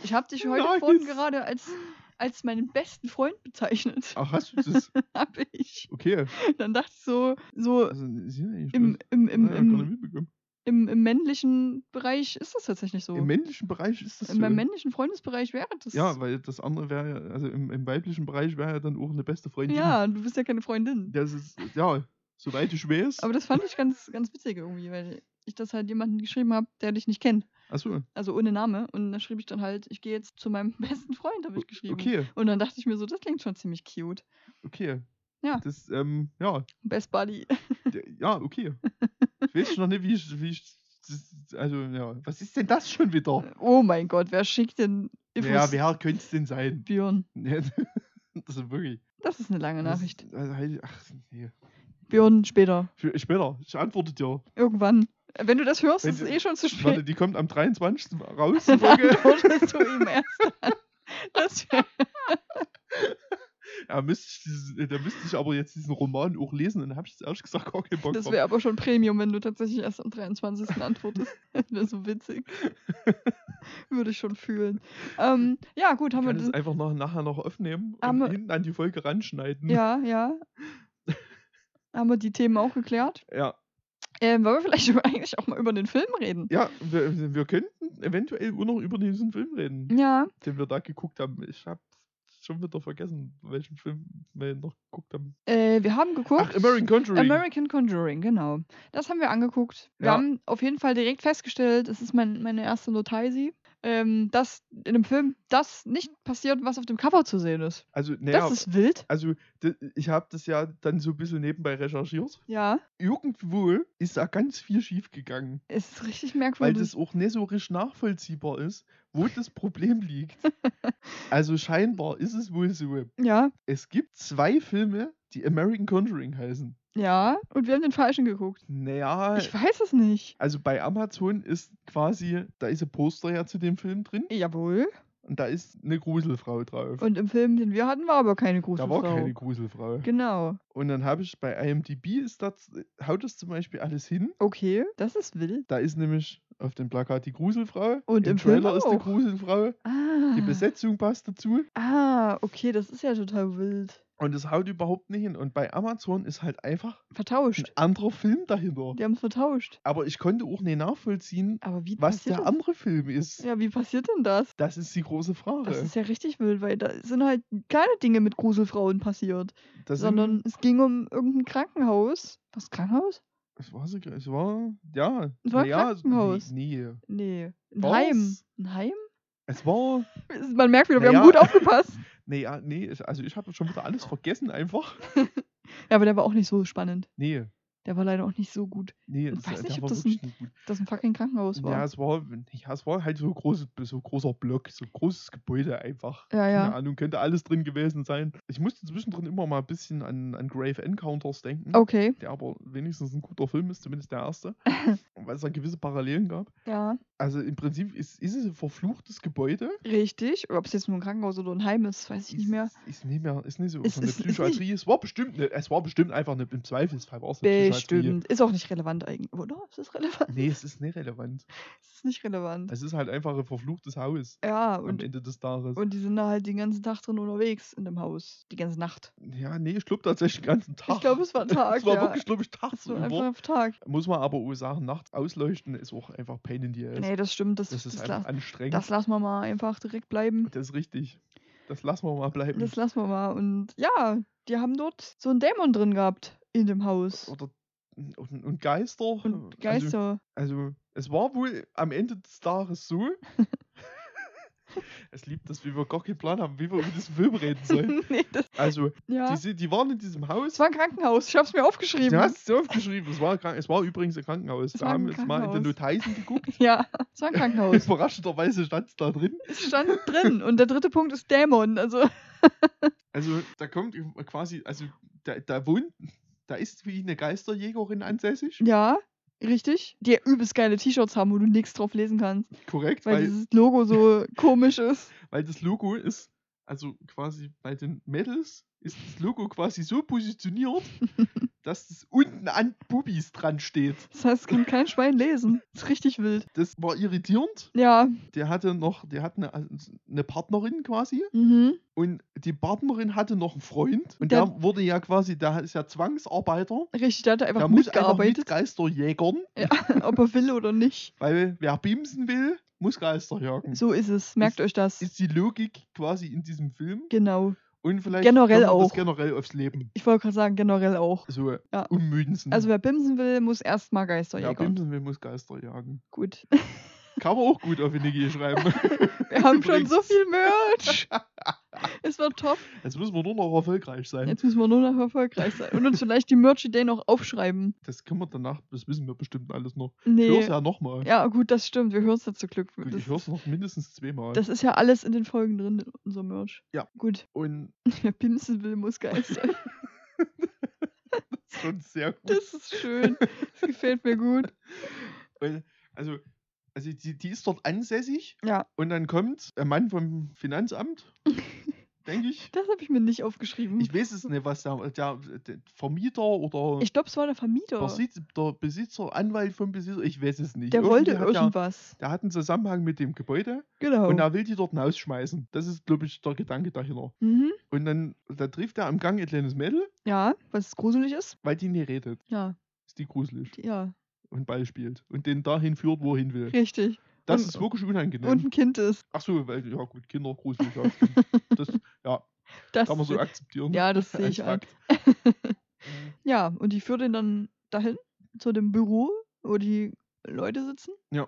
[SPEAKER 1] Ich habe dich heute
[SPEAKER 2] Nice.
[SPEAKER 1] vorhin gerade als, als meinen besten Freund bezeichnet. <laughs>
[SPEAKER 2] Ach, hast du das?
[SPEAKER 1] Hab ich. <laughs>
[SPEAKER 2] Okay.
[SPEAKER 1] Dann dachte ich so, so
[SPEAKER 2] Also, ist ja eigentlich
[SPEAKER 1] im,
[SPEAKER 2] bloß-
[SPEAKER 1] im, im,
[SPEAKER 2] Ah, ja, gar nicht
[SPEAKER 1] im,
[SPEAKER 2] mitbekommen.
[SPEAKER 1] im, im männlichen Bereich ist das tatsächlich so.
[SPEAKER 2] Im männlichen Bereich ist das
[SPEAKER 1] In meinem
[SPEAKER 2] so.
[SPEAKER 1] männlichen Freundesbereich wäre das.
[SPEAKER 2] Ja, weil das andere wäre ja, also im, im weiblichen Bereich wäre ja dann auch eine beste Freundin.
[SPEAKER 1] ja, du bist ja keine Freundin.
[SPEAKER 2] Das ist, ja, soweit ich weiß.
[SPEAKER 1] Aber das fand ich ganz, ganz witzig irgendwie, weil ich das halt jemanden geschrieben habe, der dich nicht kennt.
[SPEAKER 2] Achso,
[SPEAKER 1] Also ohne Name. Und dann schrieb ich dann halt, ich gehe jetzt zu meinem <laughs> besten Freund, habe ich geschrieben.
[SPEAKER 2] okay,
[SPEAKER 1] Und dann dachte ich mir so, das klingt schon ziemlich cute.
[SPEAKER 2] okay.
[SPEAKER 1] Ja.
[SPEAKER 2] Das, ähm, ja,
[SPEAKER 1] Best Buddy. <laughs>
[SPEAKER 2] d- ja, okay. Ich weiß noch nicht, wie ich, wie ich, das- also, ja, was ist denn das schon wieder?
[SPEAKER 1] Oh mein Gott, wer schickt denn Infos
[SPEAKER 2] Ja, wer könnte es denn sein? <laughs>
[SPEAKER 1] Björn?
[SPEAKER 2] das ist wirklich.
[SPEAKER 1] Das ist eine lange
[SPEAKER 2] das-
[SPEAKER 1] Nachricht.
[SPEAKER 2] Also, heilig- ach, nee.
[SPEAKER 1] Björn später.
[SPEAKER 2] Sp- Später, ich antworte
[SPEAKER 1] <laughs>
[SPEAKER 2] dir.
[SPEAKER 1] Irgendwann. Wenn du das hörst,
[SPEAKER 2] Wenn
[SPEAKER 1] ist es
[SPEAKER 2] du-
[SPEAKER 1] eh schon zu spät.
[SPEAKER 2] Warte, die kommt am 23. raus. die
[SPEAKER 1] Dann <laughs>
[SPEAKER 2] Folge.
[SPEAKER 1] antwortest du ihm erst
[SPEAKER 2] <laughs>
[SPEAKER 1] an. Das wär-
[SPEAKER 2] Ja, müsste ich diesen, äh, da müsste ich aber jetzt diesen Roman auch lesen, dann habe ich jetzt ehrlich gesagt gar keinen Bock
[SPEAKER 1] das
[SPEAKER 2] drauf.
[SPEAKER 1] wäre aber schon Premium, wenn du tatsächlich erst am 23. antwortest. <laughs> Das wäre so
[SPEAKER 2] <laughs>
[SPEAKER 1] witzig. Würde ich schon fühlen. Ähm, ja, gut,
[SPEAKER 2] Ich
[SPEAKER 1] haben wir
[SPEAKER 2] kann es
[SPEAKER 1] das.
[SPEAKER 2] einfach noch, nachher noch aufnehmen und
[SPEAKER 1] Haben wir-
[SPEAKER 2] hinten an die Folge ranschneiden.
[SPEAKER 1] Ja, ja. Haben wir die Themen auch geklärt?
[SPEAKER 2] Ja,
[SPEAKER 1] Ähm, wollen wir vielleicht <laughs> über- eigentlich auch mal über den Film reden?
[SPEAKER 2] ja wir, wir könnten eventuell auch noch über diesen Film reden,
[SPEAKER 1] Ja,
[SPEAKER 2] den wir da geguckt haben. Ich habe schon wieder vergessen, welchen Film wir noch geguckt haben.
[SPEAKER 1] äh, wir haben geguckt.
[SPEAKER 2] Ach, American Conjuring.
[SPEAKER 1] American Conjuring, genau. Das haben wir angeguckt. Wir
[SPEAKER 2] Ja.
[SPEAKER 1] haben auf jeden Fall direkt festgestellt, es ist mein, meine erste Notaisi. ähm, dass in einem Film das nicht passiert, was auf dem Cover zu sehen ist.
[SPEAKER 2] Also, naja,
[SPEAKER 1] Das ist wild.
[SPEAKER 2] also d- ich habe das ja dann so ein bisschen nebenbei recherchiert.
[SPEAKER 1] Ja,
[SPEAKER 2] Irgendwo ist da ganz viel schief gegangen,
[SPEAKER 1] ist richtig
[SPEAKER 2] weil
[SPEAKER 1] merkwürdig.
[SPEAKER 2] das auch nicht so richtig nachvollziehbar ist, wo das
[SPEAKER 1] <laughs>
[SPEAKER 2] Problem liegt. Also scheinbar ist es wohl so.
[SPEAKER 1] ja,
[SPEAKER 2] Es gibt zwei Filme, die American Conjuring heißen.
[SPEAKER 1] ja. Und wir haben den falschen geguckt.
[SPEAKER 2] Naja,
[SPEAKER 1] Ich weiß es nicht.
[SPEAKER 2] also bei Amazon ist quasi, da ist ein Poster ja zu dem Film drin
[SPEAKER 1] Jawohl.
[SPEAKER 2] und da ist eine Gruselfrau drauf.
[SPEAKER 1] Und im Film, den wir hatten, war aber keine große
[SPEAKER 2] da war
[SPEAKER 1] Frau.
[SPEAKER 2] keine Gruselfrau.
[SPEAKER 1] Genau.
[SPEAKER 2] Und dann habe ich bei IMDb ist das, haut das zum Beispiel alles hin.
[SPEAKER 1] Okay, das ist wild.
[SPEAKER 2] Da ist nämlich auf dem Plakat die Gruselfrau.
[SPEAKER 1] Und im Film
[SPEAKER 2] Trailer ist die
[SPEAKER 1] auch.
[SPEAKER 2] Gruselfrau.
[SPEAKER 1] Ah.
[SPEAKER 2] Die Besetzung passt dazu.
[SPEAKER 1] Ah, okay, das ist ja total wild.
[SPEAKER 2] Und das haut überhaupt nicht hin. Und bei Amazon ist halt einfach ein
[SPEAKER 1] Vertauscht.
[SPEAKER 2] anderer Film dahinter.
[SPEAKER 1] Die haben es vertauscht.
[SPEAKER 2] Aber ich konnte auch nicht nachvollziehen,
[SPEAKER 1] Aber wie
[SPEAKER 2] was
[SPEAKER 1] passiert
[SPEAKER 2] der
[SPEAKER 1] das?
[SPEAKER 2] andere Film ist.
[SPEAKER 1] Ja, wie passiert denn das?
[SPEAKER 2] Das ist die große Frage.
[SPEAKER 1] Das ist ja richtig wild, weil da sind halt keine Dinge mit Gruselfrauen passiert,
[SPEAKER 2] Das sind-
[SPEAKER 1] sondern es ging um irgendein Krankenhaus. Was, Krankenhaus?
[SPEAKER 2] Es war sogar, es war, ja.
[SPEAKER 1] Es war ein
[SPEAKER 2] ja,
[SPEAKER 1] Krankenhaus.
[SPEAKER 2] Nee, nee.
[SPEAKER 1] Nee, ein
[SPEAKER 2] Was?
[SPEAKER 1] Heim. Ein Heim?
[SPEAKER 2] Es war,
[SPEAKER 1] Man merkt wieder, wir
[SPEAKER 2] Naja.
[SPEAKER 1] haben gut aufgepasst.
[SPEAKER 2] nee, ja, nee, es- also ich habe schon wieder
[SPEAKER 1] Oh.
[SPEAKER 2] alles vergessen einfach. <laughs>
[SPEAKER 1] Ja, aber der war auch nicht so spannend.
[SPEAKER 2] Nee,
[SPEAKER 1] Der war leider auch nicht so gut,
[SPEAKER 2] nee,
[SPEAKER 1] Ich
[SPEAKER 2] es-
[SPEAKER 1] weiß
[SPEAKER 2] der
[SPEAKER 1] nicht, ob
[SPEAKER 2] war
[SPEAKER 1] das
[SPEAKER 2] wirklich nicht gut.
[SPEAKER 1] dass ein fucking Krankenhaus
[SPEAKER 2] Ja,
[SPEAKER 1] war.
[SPEAKER 2] es war, ja, es war halt so, große, so großer Block, so großes Gebäude einfach.
[SPEAKER 1] Ja,
[SPEAKER 2] Keine
[SPEAKER 1] ja.
[SPEAKER 2] Ahnung, könnte alles drin gewesen sein. Ich musste zwischendrin immer mal ein bisschen an, an Grave Encounters denken,
[SPEAKER 1] Okay.
[SPEAKER 2] der aber wenigstens ein guter Film ist, zumindest
[SPEAKER 1] <laughs>
[SPEAKER 2] der erste, weil es da gewisse Parallelen gab.
[SPEAKER 1] Ja.
[SPEAKER 2] Also im Prinzip ist, ist es ein verfluchtes Gebäude.
[SPEAKER 1] Richtig. Ob es jetzt nur ein Krankenhaus oder ein Heim ist, weiß ich nicht mehr.
[SPEAKER 2] Ist, ist nicht mehr, ist nicht so.
[SPEAKER 1] Es
[SPEAKER 2] von der
[SPEAKER 1] ist- ist nicht-
[SPEAKER 2] Psychiatrie. es war bestimmt, ne, es war bestimmt einfach ne, im Zweifelsfall war es eine Psychiatrie.
[SPEAKER 1] Bestimmt. Ist auch nicht relevant eigentlich. Oder? Ist es relevant? <laughs>
[SPEAKER 2] Nee, es ist nicht relevant.
[SPEAKER 1] Es ist nicht relevant.
[SPEAKER 2] Es ist halt einfach ein verfluchtes Haus
[SPEAKER 1] Ja,
[SPEAKER 2] am
[SPEAKER 1] und,
[SPEAKER 2] Ende des Tages.
[SPEAKER 1] und die sind da halt den ganzen Tag drin unterwegs in dem Haus. Die ganze
[SPEAKER 2] <laughs>
[SPEAKER 1] Nacht.
[SPEAKER 2] Ja, nee, ich glaube tatsächlich den ganzen Tag.
[SPEAKER 1] Ich glaube,
[SPEAKER 2] <laughs>
[SPEAKER 1] es war Tag.
[SPEAKER 2] es war
[SPEAKER 1] ja.
[SPEAKER 2] wirklich, glaube ich,
[SPEAKER 1] Es war
[SPEAKER 2] tagsüber.
[SPEAKER 1] einfach auf Tag.
[SPEAKER 2] Muss man aber auch sagen, nachts ausleuchten ist auch einfach Pain in the Ass.
[SPEAKER 1] Nee, das stimmt. Das,
[SPEAKER 2] das
[SPEAKER 1] das,
[SPEAKER 2] ist einfach
[SPEAKER 1] las,
[SPEAKER 2] anstrengend.
[SPEAKER 1] das
[SPEAKER 2] Das,
[SPEAKER 1] lassen wir mal einfach direkt bleiben.
[SPEAKER 2] ist richtig. Das lassen wir mal bleiben.
[SPEAKER 1] Das lassen wir mal. Und ja, die haben dort so einen Dämon drin gehabt in dem Haus.
[SPEAKER 2] Oder, und, und Geister.
[SPEAKER 1] Und Geister.
[SPEAKER 2] Also, also, es war wohl am Ende des
[SPEAKER 1] <laughs>
[SPEAKER 2] Tages so. es liebt das, wie wir gar keinen Plan haben, wie wir über diesen Film reden
[SPEAKER 1] <laughs>
[SPEAKER 2] sollen.
[SPEAKER 1] nee, das,
[SPEAKER 2] Also,
[SPEAKER 1] ja.
[SPEAKER 2] die, sind- die waren in diesem Haus.
[SPEAKER 1] Es war ein Krankenhaus. Ich hab's mir aufgeschrieben.
[SPEAKER 2] Du hast es aufgeschrieben. Es war, krank- es war übrigens ein Krankenhaus.
[SPEAKER 1] Es
[SPEAKER 2] Wir
[SPEAKER 1] war ein
[SPEAKER 2] haben jetzt mal in den Notizen geguckt.
[SPEAKER 1] Ja, es war ein Krankenhaus.
[SPEAKER 2] Überraschenderweise stand es da drin.
[SPEAKER 1] es stand drin. Und der dritte Punkt ist Dämon. Also,
[SPEAKER 2] Also da kommt quasi, also da, da wohnt, da ist wie eine Geisterjägerin ansässig.
[SPEAKER 1] ja, richtig. Die übelst geile T-Shirts haben, wo du nichts drauf lesen kannst.
[SPEAKER 2] Korrekt,
[SPEAKER 1] Weil,
[SPEAKER 2] weil,
[SPEAKER 1] dieses Logo so <laughs> komisch ist.
[SPEAKER 2] weil das Logo ist, also quasi bei den Mädels ist das Logo quasi
[SPEAKER 1] <laughs>
[SPEAKER 2] so positioniert, dass es unten an Bubis dran steht.
[SPEAKER 1] Das heißt, es kann kein Schwein lesen. ist richtig wild.
[SPEAKER 2] Das war irritierend.
[SPEAKER 1] Ja,
[SPEAKER 2] Der hatte noch, der hatte eine, also, eine Partnerin quasi
[SPEAKER 1] mhm.
[SPEAKER 2] und die Partnerin hatte noch einen Freund und
[SPEAKER 1] Der-
[SPEAKER 2] der, wurde ja quasi, der ist ja Zwangsarbeiter.
[SPEAKER 1] Richtig, der hat da einfach
[SPEAKER 2] Der muss einfach mit
[SPEAKER 1] mitgearbeitet,
[SPEAKER 2] Geisterjägern
[SPEAKER 1] <laughs> ob er will oder nicht.
[SPEAKER 2] Weil wer bimsen will, muss Geister jagen.
[SPEAKER 1] So ist es. Merkt euch das.
[SPEAKER 2] Ist die Logik quasi in diesem Film
[SPEAKER 1] Genau.
[SPEAKER 2] und vielleicht
[SPEAKER 1] Generell
[SPEAKER 2] kann man das
[SPEAKER 1] auch.
[SPEAKER 2] generell aufs Leben.
[SPEAKER 1] Ich wollte gerade sagen, generell auch.
[SPEAKER 2] So
[SPEAKER 1] Ja.
[SPEAKER 2] unmüdensend.
[SPEAKER 1] Also wer bimsen will, muss erstmal
[SPEAKER 2] wer
[SPEAKER 1] Geisterjäger.
[SPEAKER 2] bimsen will, muss Geister jagen.
[SPEAKER 1] Gut. <laughs>
[SPEAKER 2] Kann man auch gut auf Energie schreiben.
[SPEAKER 1] Wir haben schon so
[SPEAKER 2] Übrigens.
[SPEAKER 1] viel Merch. es war top.
[SPEAKER 2] Jetzt müssen wir nur noch erfolgreich sein.
[SPEAKER 1] Jetzt müssen wir nur noch erfolgreich sein. Und uns vielleicht die Merch-Idee noch aufschreiben.
[SPEAKER 2] Das können wir danach, das wissen wir bestimmt alles noch. Ich
[SPEAKER 1] Nee.
[SPEAKER 2] hör's ja nochmal.
[SPEAKER 1] Ja, gut, das stimmt. Wir hören es ja zu Glück.
[SPEAKER 2] Gut,
[SPEAKER 1] Das,
[SPEAKER 2] ich hör's noch mindestens zweimal.
[SPEAKER 1] das ist ja alles in den Folgen drin, in unserem Merch.
[SPEAKER 2] Ja.
[SPEAKER 1] Gut. <laughs>
[SPEAKER 2] Und
[SPEAKER 1] Wer bimsen will, muss Geister.
[SPEAKER 2] <laughs> das ist schon sehr gut.
[SPEAKER 1] Das ist schön. Das gefällt mir gut.
[SPEAKER 2] Weil, also, also die, die ist dort ansässig.
[SPEAKER 1] Ja.
[SPEAKER 2] Und dann kommt ein Mann vom
[SPEAKER 1] <laughs>
[SPEAKER 2] Finanzamt, denke ich.
[SPEAKER 1] Das habe ich mir nicht aufgeschrieben.
[SPEAKER 2] Ich weiß es nicht, was der, der, der Vermieter oder
[SPEAKER 1] Ich glaube, es war der Vermieter.
[SPEAKER 2] Besitz, der Besitzer, Anwalt vom Besitzer, ich weiß es nicht.
[SPEAKER 1] Der wollte
[SPEAKER 2] Irgendwie hat der,
[SPEAKER 1] irgendwas.
[SPEAKER 2] der hat einen Zusammenhang mit dem Gebäude
[SPEAKER 1] Genau.
[SPEAKER 2] und er will die dort hinausschmeißen. Das ist, glaube ich, der Gedanke dahinter.
[SPEAKER 1] mhm.
[SPEAKER 2] Und dann da trifft er am Gang ein kleines Mädel,
[SPEAKER 1] Ja, was gruselig ist.
[SPEAKER 2] weil die nie redet.
[SPEAKER 1] Ja,
[SPEAKER 2] Ist die gruselig
[SPEAKER 1] die- ja,
[SPEAKER 2] und Ball spielt und den dahin führt, wo er hin will.
[SPEAKER 1] richtig.
[SPEAKER 2] Das
[SPEAKER 1] Und-
[SPEAKER 2] ist wirklich unangenehm.
[SPEAKER 1] Und ein Kind ist.
[SPEAKER 2] Ach so, weil, ja gut, Kinder gruselig. Ja,
[SPEAKER 1] <laughs>
[SPEAKER 2] stimmt. das
[SPEAKER 1] Das
[SPEAKER 2] kann man so akzeptieren. Äh,
[SPEAKER 1] ja, das sehe
[SPEAKER 2] als
[SPEAKER 1] ich ein.
[SPEAKER 2] Fakt.
[SPEAKER 1] <laughs> Ja, und die führt ihn dann dahin, zu dem Büro, wo die Leute sitzen.
[SPEAKER 2] Ja.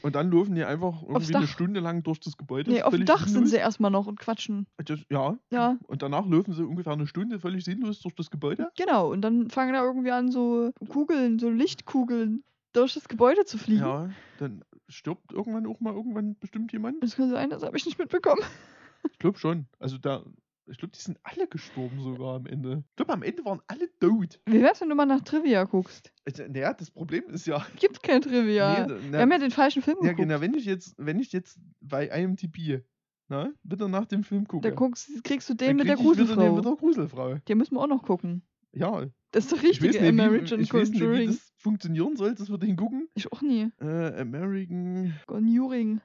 [SPEAKER 2] Und dann laufen die einfach irgendwie eine
[SPEAKER 1] Dach.
[SPEAKER 2] Stunde lang durch das Gebäude.
[SPEAKER 1] Nee, auf dem
[SPEAKER 2] völlig
[SPEAKER 1] Dach sind
[SPEAKER 2] sinnlos.
[SPEAKER 1] sie erstmal noch und quatschen.
[SPEAKER 2] Das, ja.
[SPEAKER 1] Ja,
[SPEAKER 2] Und danach laufen sie ungefähr eine Stunde völlig sinnlos durch das Gebäude.
[SPEAKER 1] genau. Und dann fangen da irgendwie an, so Kugeln, so Lichtkugeln durch das Gebäude zu fliegen.
[SPEAKER 2] Ja. Dann stirbt irgendwann auch mal irgendwann bestimmt jemand.
[SPEAKER 1] Das kann sein, das habe ich nicht mitbekommen.
[SPEAKER 2] Ich glaube schon. Also da. Ich glaube, die sind alle gestorben sogar am Ende. Ich glaube, am Ende waren alle tot.
[SPEAKER 1] Wie wär's, wenn du mal nach Trivia guckst?
[SPEAKER 2] Also, naja, das Problem ist ja.
[SPEAKER 1] Gibt kein Trivia.
[SPEAKER 2] Nee,
[SPEAKER 1] Wir
[SPEAKER 2] na,
[SPEAKER 1] haben ja den falschen Film
[SPEAKER 2] ja,
[SPEAKER 1] geguckt.
[SPEAKER 2] genau, wenn ich jetzt, wenn ich jetzt bei IMDb, na, bitte nach dem Film gucke.
[SPEAKER 1] Da guckst, kriegst du
[SPEAKER 2] dann
[SPEAKER 1] den mit der
[SPEAKER 2] krieg ich wieder Den mit
[SPEAKER 1] Gruselfrau.
[SPEAKER 2] der Gruselfrau.
[SPEAKER 1] Den müssen wir auch noch gucken.
[SPEAKER 2] Ja,
[SPEAKER 1] Das ist doch
[SPEAKER 2] ich weiß
[SPEAKER 1] richtige
[SPEAKER 2] nicht, wie,
[SPEAKER 1] American
[SPEAKER 2] ich weiß nicht, wie
[SPEAKER 1] Conjuring.
[SPEAKER 2] das funktionieren soll, dass wir den gucken.
[SPEAKER 1] ich auch nie.
[SPEAKER 2] Äh, American
[SPEAKER 1] Conjuring.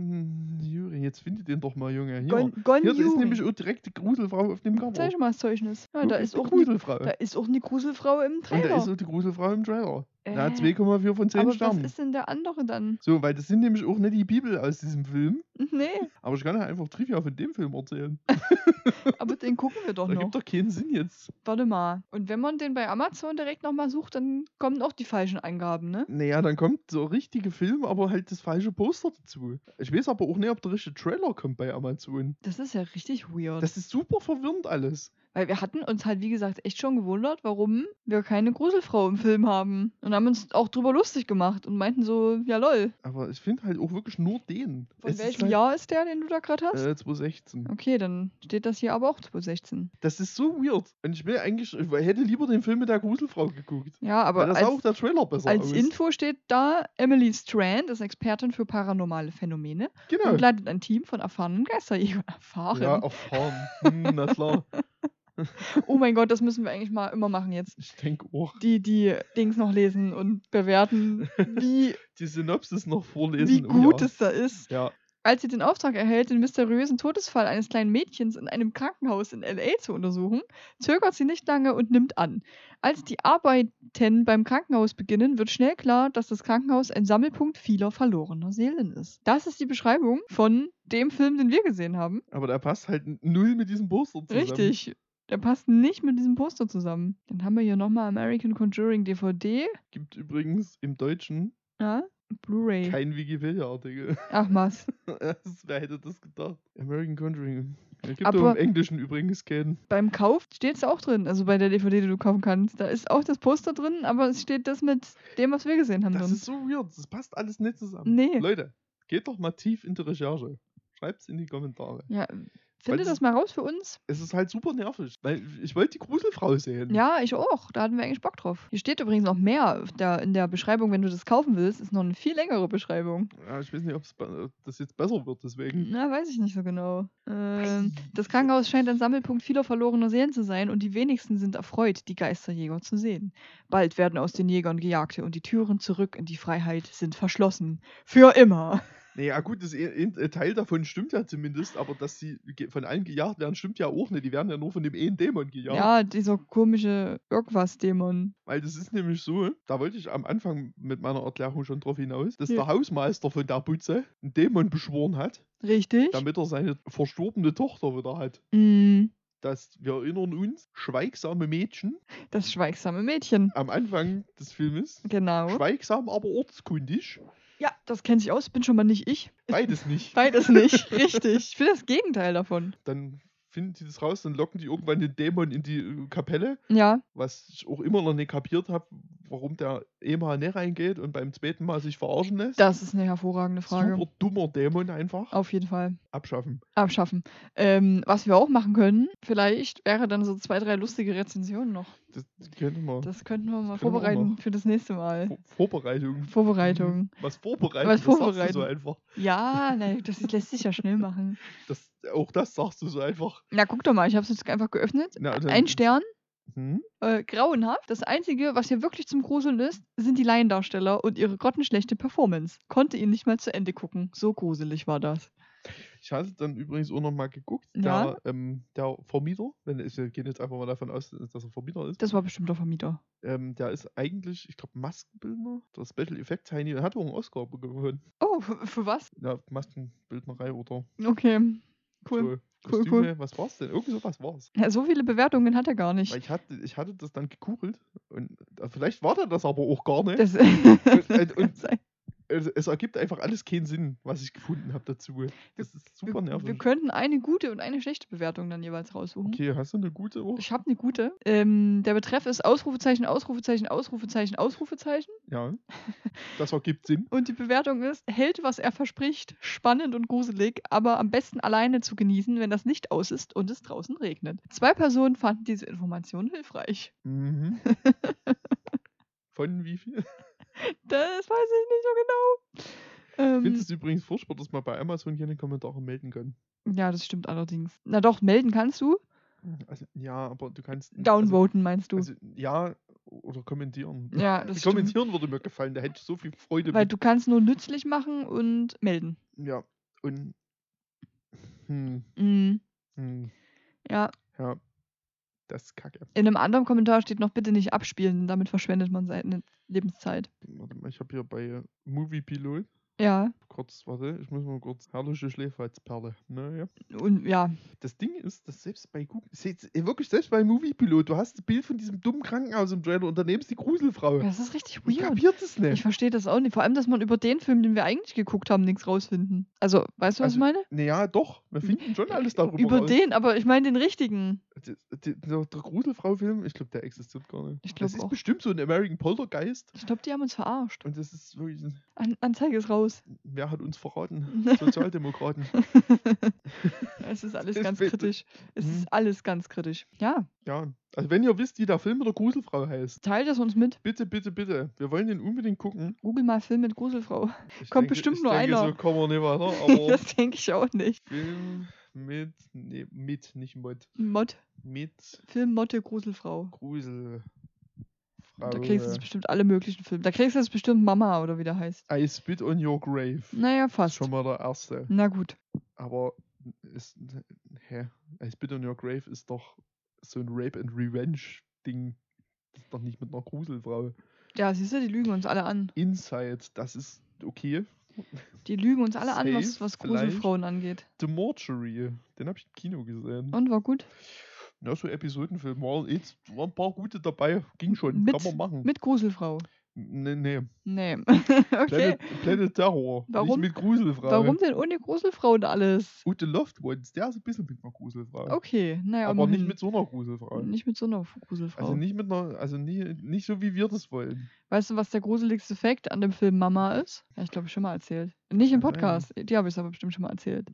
[SPEAKER 2] Conjuring. Jetzt findet den doch mal, Junge. Hier,
[SPEAKER 1] Con
[SPEAKER 2] hier das ist nämlich
[SPEAKER 1] Conjuring.
[SPEAKER 2] auch direkt die Gruselfrau auf dem Cover.
[SPEAKER 1] Zeig schon mal das Zeugnis. Ja,
[SPEAKER 2] Guck,
[SPEAKER 1] da, ist
[SPEAKER 2] die
[SPEAKER 1] auch nie,
[SPEAKER 2] Gruselfrau.
[SPEAKER 1] da ist auch eine Gruselfrau im
[SPEAKER 2] Und da ist
[SPEAKER 1] Trailer.
[SPEAKER 2] auch die Gruselfrau im Trailer. Na,
[SPEAKER 1] Äh,
[SPEAKER 2] 2,4 von 10
[SPEAKER 1] aber
[SPEAKER 2] Sternen.
[SPEAKER 1] was ist denn der andere dann? <laughs>
[SPEAKER 2] So, weil das sind nämlich auch nicht die Bibel aus diesem Film.
[SPEAKER 1] Nee,
[SPEAKER 2] Aber ich kann ja einfach Trivia von dem Film erzählen.
[SPEAKER 1] aber den gucken wir doch
[SPEAKER 2] Da
[SPEAKER 1] noch.
[SPEAKER 2] gibt doch keinen Sinn jetzt.
[SPEAKER 1] Warte mal. Und wenn man den bei Amazon direkt nochmal sucht, dann kommen auch die falschen Angaben, ne?
[SPEAKER 2] Naja, dann kommt so richtige Film, aber halt das falsche Poster dazu. Ich weiß aber auch nicht, ob der richtige Trailer kommt bei Amazon.
[SPEAKER 1] Das ist ja richtig weird.
[SPEAKER 2] Das ist super verwirrend alles.
[SPEAKER 1] Weil wir hatten uns halt, wie gesagt, echt schon gewundert, warum wir keine Gruselfrau im Film haben. Und haben uns auch drüber lustig gemacht und meinten so, ja lol.
[SPEAKER 2] Aber ich finde halt auch wirklich nur den.
[SPEAKER 1] Von
[SPEAKER 2] Es ist
[SPEAKER 1] welchem
[SPEAKER 2] halt,
[SPEAKER 1] Jahr ist der, den du da gerade hast?
[SPEAKER 2] Äh, 2016.
[SPEAKER 1] Okay, dann steht das hier aber auch 2016.
[SPEAKER 2] Das ist so weird. Und ich will eigentlich, ich hätte lieber den Film mit der Gruselfrau geguckt.
[SPEAKER 1] Ja, aber
[SPEAKER 2] Weil das sah auch
[SPEAKER 1] als,
[SPEAKER 2] der Trailer besser
[SPEAKER 1] als
[SPEAKER 2] aus.
[SPEAKER 1] Info steht da, Emily Strand ist Expertin für paranormale Phänomene
[SPEAKER 2] genau.
[SPEAKER 1] und leitet ein Team von erfahrenen Geisterjägern. Erfahren.
[SPEAKER 2] Ja, erfahren. hm, na klar.
[SPEAKER 1] Oh mein Gott, das müssen wir eigentlich mal immer machen jetzt.
[SPEAKER 2] Ich denke auch.
[SPEAKER 1] Die, die Dings noch lesen und bewerten, wie,
[SPEAKER 2] Die Synopsis noch vorlesen.
[SPEAKER 1] wie
[SPEAKER 2] oh
[SPEAKER 1] gut
[SPEAKER 2] ja.
[SPEAKER 1] es da ist.
[SPEAKER 2] Ja,
[SPEAKER 1] Als sie den Auftrag erhält, den mysteriösen Todesfall eines kleinen Mädchens in einem Krankenhaus in LA zu untersuchen, zögert sie nicht lange und nimmt an. Als die Arbeiten beim Krankenhaus beginnen, wird schnell klar, dass das Krankenhaus ein Sammelpunkt vieler verlorener Seelen ist. Das ist die Beschreibung von dem Film, den wir gesehen haben.
[SPEAKER 2] aber der passt halt null mit diesem Poster zusammen.
[SPEAKER 1] Richtig. Der passt nicht mit diesem Poster zusammen. Dann haben wir hier nochmal American Conjuring DVD.
[SPEAKER 2] Gibt übrigens im Deutschen
[SPEAKER 1] Ja? Blu-ray.
[SPEAKER 2] kein Wikipedia-Artikel.
[SPEAKER 1] Ach, was.
[SPEAKER 2] <laughs> Das- Wer hätte das gedacht? American Conjuring. Es gibt
[SPEAKER 1] Aber-
[SPEAKER 2] auch im Englischen übrigens keinen.
[SPEAKER 1] beim Kauf steht es auch drin, also bei der DVD, die du kaufen kannst. Da ist auch das Poster drin, aber es steht das mit dem, was wir gesehen haben.
[SPEAKER 2] Das
[SPEAKER 1] drin.
[SPEAKER 2] ist so weird. Das passt alles nicht zusammen.
[SPEAKER 1] nee.
[SPEAKER 2] Leute, geht doch mal tief in die Recherche. Schreibt's in die Kommentare.
[SPEAKER 1] Ja, finde
[SPEAKER 2] das-
[SPEAKER 1] das mal raus für uns.
[SPEAKER 2] Es ist halt super nervig, weil ich wollte die Gruselfrau sehen.
[SPEAKER 1] Ja, ich auch. Da hatten wir eigentlich Bock drauf. Hier steht übrigens noch mehr auf der, in der Beschreibung, wenn du das kaufen willst, ist noch eine viel längere Beschreibung.
[SPEAKER 2] Ja, ich weiß nicht, ob's be- ob das jetzt besser wird, deswegen.
[SPEAKER 1] Na, weiß ich nicht so genau. Ähm, das Krankenhaus scheint ein Sammelpunkt vieler verlorener Seelen zu sein und die wenigsten sind erfreut, die Geisterjäger zu sehen. Bald werden aus den Jägern Gejagte und die Türen zurück in die Freiheit sind verschlossen. Für immer.
[SPEAKER 2] Naja, gut, das, ein ein Teil davon stimmt ja zumindest, aber dass sie ge- von allen gejagt werden, stimmt ja auch nicht. Die werden ja nur von dem einen Dämon gejagt.
[SPEAKER 1] Ja, dieser komische Irgendwas-Dämon.
[SPEAKER 2] Weil das ist nämlich so, da wollte ich am Anfang mit meiner Erklärung schon drauf hinaus, dass
[SPEAKER 1] Ja.
[SPEAKER 2] der Hausmeister von der Butze einen Dämon beschworen hat,
[SPEAKER 1] Richtig?
[SPEAKER 2] damit er seine verstorbene Tochter wieder hat.
[SPEAKER 1] Mm,
[SPEAKER 2] Das, wir erinnern uns, schweigsame Mädchen
[SPEAKER 1] das schweigsame Mädchen.
[SPEAKER 2] am Anfang des Filmes.
[SPEAKER 1] Genau.
[SPEAKER 2] Schweigsam, aber ortskundig.
[SPEAKER 1] ja, das kennt sich aus. Bin schon mal nicht ich.
[SPEAKER 2] Beides
[SPEAKER 1] <laughs>
[SPEAKER 2] nicht.
[SPEAKER 1] Beides
[SPEAKER 2] <laughs>
[SPEAKER 1] nicht. Richtig. Ich will das Gegenteil davon.
[SPEAKER 2] Dann finden die das raus, dann locken die irgendwann den Dämon in die äh, Kapelle,
[SPEAKER 1] Ja,
[SPEAKER 2] was ich auch immer noch nicht kapiert habe, warum der einmal nicht reingeht und beim zweiten Mal sich verarschen lässt.
[SPEAKER 1] das ist eine hervorragende Frage.
[SPEAKER 2] Super dummer Dämon einfach.
[SPEAKER 1] Auf jeden Fall.
[SPEAKER 2] Abschaffen.
[SPEAKER 1] Abschaffen. Ähm, was wir auch machen können, vielleicht wäre dann so zwei, drei lustige Rezensionen noch.
[SPEAKER 2] Das könnte man.
[SPEAKER 1] Das könnten wir mal
[SPEAKER 2] können wir auch
[SPEAKER 1] vorbereiten
[SPEAKER 2] machen.
[SPEAKER 1] für das nächste Mal.
[SPEAKER 2] Vor Mhm. Vorbereitung. Hm,
[SPEAKER 1] Vorbereitung.
[SPEAKER 2] Was vorbereiten?
[SPEAKER 1] Was
[SPEAKER 2] Was vorbereiten? Das
[SPEAKER 1] vorbereiten.
[SPEAKER 2] sagst du so einfach.
[SPEAKER 1] Ja, na, das lässt sich ja schnell machen.
[SPEAKER 2] Das, auch das sagst du so einfach.
[SPEAKER 1] Na, guck doch mal, ich habe es jetzt einfach geöffnet.
[SPEAKER 2] Na, dann-
[SPEAKER 1] Ein Stern.
[SPEAKER 2] Hm?
[SPEAKER 1] äh, grauenhaft. Das Einzige, was hier wirklich zum Gruseln ist, sind die Laiendarsteller und ihre grottenschlechte Performance. Konnte ihn nicht mal zu Ende gucken. So gruselig war das.
[SPEAKER 2] Ich hatte dann übrigens auch nochmal geguckt.
[SPEAKER 1] Ja.
[SPEAKER 2] Der, ähm, der Vermieter, wenn ich wir gehen jetzt einfach mal davon aus, dass er Vermieter ist,
[SPEAKER 1] Das war bestimmt der Vermieter.
[SPEAKER 2] ähm, der ist eigentlich, ich glaube, Maskenbildner. Der Special Effect Tiny hat auch einen Oscar gewonnen.
[SPEAKER 1] Oh, f- für was?
[SPEAKER 2] Ja, Maskenbildnerei oder
[SPEAKER 1] Okay, cool.
[SPEAKER 2] so.
[SPEAKER 1] cool,
[SPEAKER 2] Kostüme. Was war's denn? Irgend sowas war's.
[SPEAKER 1] Ja, so viele Bewertungen hat er gar
[SPEAKER 2] Weil
[SPEAKER 1] <laughs> nicht.
[SPEAKER 2] ich hatte, ich hatte also das dann gekugelt und äh, vielleicht war der das aber auch gar nicht.
[SPEAKER 1] Das, das <laughs>
[SPEAKER 2] und-
[SPEAKER 1] kann sein.
[SPEAKER 2] es, es ergibt einfach alles keinen Sinn, was ich gefunden habe dazu. Das ist super
[SPEAKER 1] wir,
[SPEAKER 2] nervig.
[SPEAKER 1] wir könnten eine gute und eine schlechte Bewertung dann jeweils raussuchen.
[SPEAKER 2] Okay, hast du eine gute auch?
[SPEAKER 1] Ich habe eine gute. Ähm, der Betreff ist Ausrufezeichen, Ausrufezeichen, Ausrufezeichen, Ausrufezeichen. <laughs>
[SPEAKER 2] Ja. Das ergibt Sinn.
[SPEAKER 1] Und die Bewertung ist, hält, was er verspricht, spannend und gruselig, aber am besten alleine zu genießen, wenn das Licht aus ist und es draußen regnet. Zwei Personen fanden diese Information hilfreich. <laughs>
[SPEAKER 2] Mhm. Von wie viel?
[SPEAKER 1] Das weiß ich nicht so genau.
[SPEAKER 2] Ich
[SPEAKER 1] Ähm,
[SPEAKER 2] finde es übrigens furchtbar, dass man bei Amazon hier in den Kommentaren melden kann.
[SPEAKER 1] ja, das stimmt allerdings. Na doch, melden kannst du.
[SPEAKER 2] Also, ja, aber du kannst.
[SPEAKER 1] Downvoten meinst du.
[SPEAKER 2] Also, also, ja, oder kommentieren.
[SPEAKER 1] ja, das stimmt.
[SPEAKER 2] kommentieren würde mir gefallen, da hätte ich so viel Freude
[SPEAKER 1] Weil du kannst nur nützlich machen und melden.
[SPEAKER 2] mit. Ja, und. Hm,
[SPEAKER 1] Mhm.
[SPEAKER 2] hm,
[SPEAKER 1] Ja,
[SPEAKER 2] ja. Das ist kacke.
[SPEAKER 1] in einem anderen Kommentar steht noch bitte nicht abspielen, denn damit verschwendet man seine Lebenszeit.
[SPEAKER 2] Warte mal, ich habe hier bei Movie Pilot.
[SPEAKER 1] Ja,
[SPEAKER 2] Kurz, warte, ich muss mal kurz. Herrliche Schläfheitsperle. Naja.
[SPEAKER 1] und ja,
[SPEAKER 2] Das Ding ist, dass selbst bei Google. Selbst, ey, wirklich, selbst bei Movie Pilot, du hast ein Bild von diesem dummen Krankenhaus im Trailer und daneben ist die Gruselfrau.
[SPEAKER 1] das ist richtig
[SPEAKER 2] Ich
[SPEAKER 1] weird.
[SPEAKER 2] kapiert es
[SPEAKER 1] Ich
[SPEAKER 2] nicht.
[SPEAKER 1] verstehe das auch nicht. Vor allem, dass man über den Film, den wir eigentlich geguckt haben, nichts rausfinden. Also, weißt du, was
[SPEAKER 2] Also,
[SPEAKER 1] ich meine?
[SPEAKER 2] Naja, doch, wir finden schon alles darüber.
[SPEAKER 1] Über
[SPEAKER 2] raus.
[SPEAKER 1] den, aber ich meine den richtigen.
[SPEAKER 2] Die- die- Der, der Gruselfrau-Film, ich glaube, der existiert gar nicht.
[SPEAKER 1] Ich glaub
[SPEAKER 2] das ist
[SPEAKER 1] auch.
[SPEAKER 2] bestimmt so ein American Poltergeist.
[SPEAKER 1] Ich glaube, die haben uns verarscht.
[SPEAKER 2] Und das ist wirklich. ein-
[SPEAKER 1] An Anzeige ist
[SPEAKER 2] <laughs>
[SPEAKER 1] raus.
[SPEAKER 2] Wer hat uns verraten?
[SPEAKER 1] <laughs>
[SPEAKER 2] Sozialdemokraten.
[SPEAKER 1] es ist alles
[SPEAKER 2] ist
[SPEAKER 1] ganz
[SPEAKER 2] bitte-
[SPEAKER 1] kritisch. Es
[SPEAKER 2] Mhm.
[SPEAKER 1] ist alles ganz kritisch. Ja,
[SPEAKER 2] Ja. Also, wenn ihr wisst, wie der Film mit der Gruselfrau heißt,
[SPEAKER 1] teilt das uns mit.
[SPEAKER 2] bitte, bitte, bitte. Wir wollen den unbedingt gucken.
[SPEAKER 1] Google mal Film mit Gruselfrau.
[SPEAKER 2] Ich
[SPEAKER 1] Kommt bestimmt
[SPEAKER 2] ich
[SPEAKER 1] nur
[SPEAKER 2] denke,
[SPEAKER 1] einer.
[SPEAKER 2] So kommen wir nicht
[SPEAKER 1] <laughs>
[SPEAKER 2] weiter, aber
[SPEAKER 1] das denke ich auch nicht.
[SPEAKER 2] Film mit. Nee, mit, nicht Mod.
[SPEAKER 1] Mod,
[SPEAKER 2] Mit
[SPEAKER 1] Film Motte Gruselfrau.
[SPEAKER 2] Gruselfrau. Also,
[SPEAKER 1] Da kriegst
[SPEAKER 2] äh,
[SPEAKER 1] du jetzt bestimmt alle möglichen Filme. Da kriegst du jetzt bestimmt Mama oder wie der heißt.
[SPEAKER 2] I Spit on Your Grave.
[SPEAKER 1] Naja,
[SPEAKER 2] Das ist
[SPEAKER 1] fast.
[SPEAKER 2] schon mal der erste.
[SPEAKER 1] Na gut.
[SPEAKER 2] Aber ist, hä? I Spit on Your Grave ist doch so ein Rape and Revenge Ding. Das ist doch nicht mit einer Gruselfrau.
[SPEAKER 1] Ja, siehst du, die lügen uns alle an.
[SPEAKER 2] Inside, das ist okay.
[SPEAKER 1] Die lügen uns alle an, was,
[SPEAKER 2] Safe,
[SPEAKER 1] was
[SPEAKER 2] vielleicht.
[SPEAKER 1] Gruselfrauen angeht.
[SPEAKER 2] The Mortuary, den habe ich im Kino gesehen.
[SPEAKER 1] Und war gut.
[SPEAKER 2] Na, so Episodenfilm. War, jetzt, waren ein paar gute dabei. Ging schon.
[SPEAKER 1] Mit-
[SPEAKER 2] Kann man machen.
[SPEAKER 1] Mit Gruselfrau.
[SPEAKER 2] Nee, nee.
[SPEAKER 1] <laughs> Nee. okay.
[SPEAKER 2] Planet, Planet Terror.
[SPEAKER 1] Warum-
[SPEAKER 2] Nicht mit Gruselfrau.
[SPEAKER 1] Warum denn ohne Gruselfrauen alles?
[SPEAKER 2] Und The Loved Ones, der ist ein bisschen mit einer Gruselfrau.
[SPEAKER 1] Okay, naja,
[SPEAKER 2] Aber nicht
[SPEAKER 1] immerhin.
[SPEAKER 2] mit so einer Gruselfrau.
[SPEAKER 1] nicht mit so einer Gruselfrau.
[SPEAKER 2] Also nicht mit einer, also nie, nicht so wie wir das wollen.
[SPEAKER 1] weißt du, was der gruseligste Fact an dem Film Mama ist? Ja, ich glaube, schon mal erzählt. Nicht im
[SPEAKER 2] Kann sein.
[SPEAKER 1] Podcast, die habe ich aber bestimmt schon mal erzählt.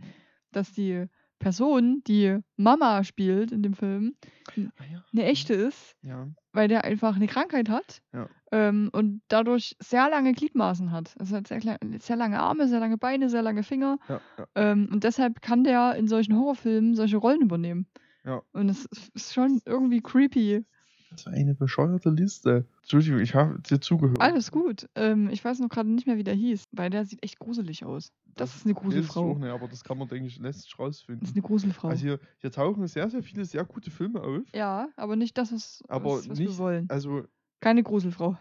[SPEAKER 1] Dass die Person, die Mama spielt in dem Film,
[SPEAKER 2] Ah ja.
[SPEAKER 1] eine echte ist,
[SPEAKER 2] Ja.
[SPEAKER 1] weil der einfach eine Krankheit hat
[SPEAKER 2] Ja.
[SPEAKER 1] ähm, und dadurch sehr lange Gliedmaßen hat. Also hat sehr, klein- sehr lange Arme, sehr lange Beine, sehr lange Finger.
[SPEAKER 2] Ja, ja.
[SPEAKER 1] Ähm, und deshalb kann der in solchen Horrorfilmen solche Rollen übernehmen.
[SPEAKER 2] Ja.
[SPEAKER 1] Und es ist- ist schon irgendwie creepy.
[SPEAKER 2] Das war eine bescheuerte Liste. Entschuldigung, ich habe dir zugehört.
[SPEAKER 1] Alles gut. Ähm, ich weiß noch gerade nicht mehr, wie der hieß, weil der sieht echt gruselig aus. Das ist eine
[SPEAKER 2] Das
[SPEAKER 1] Gruselfrau.
[SPEAKER 2] auch nicht, aber das kann man, denke ich, letztlich rausfinden.
[SPEAKER 1] Das ist eine Gruselfrau.
[SPEAKER 2] Also hier, hier tauchen sehr, sehr viele sehr gute Filme auf.
[SPEAKER 1] ja, aber nicht das, was,
[SPEAKER 2] Aber
[SPEAKER 1] was, was wir
[SPEAKER 2] nicht-
[SPEAKER 1] wollen.
[SPEAKER 2] Also,
[SPEAKER 1] Keine Gruselfrau.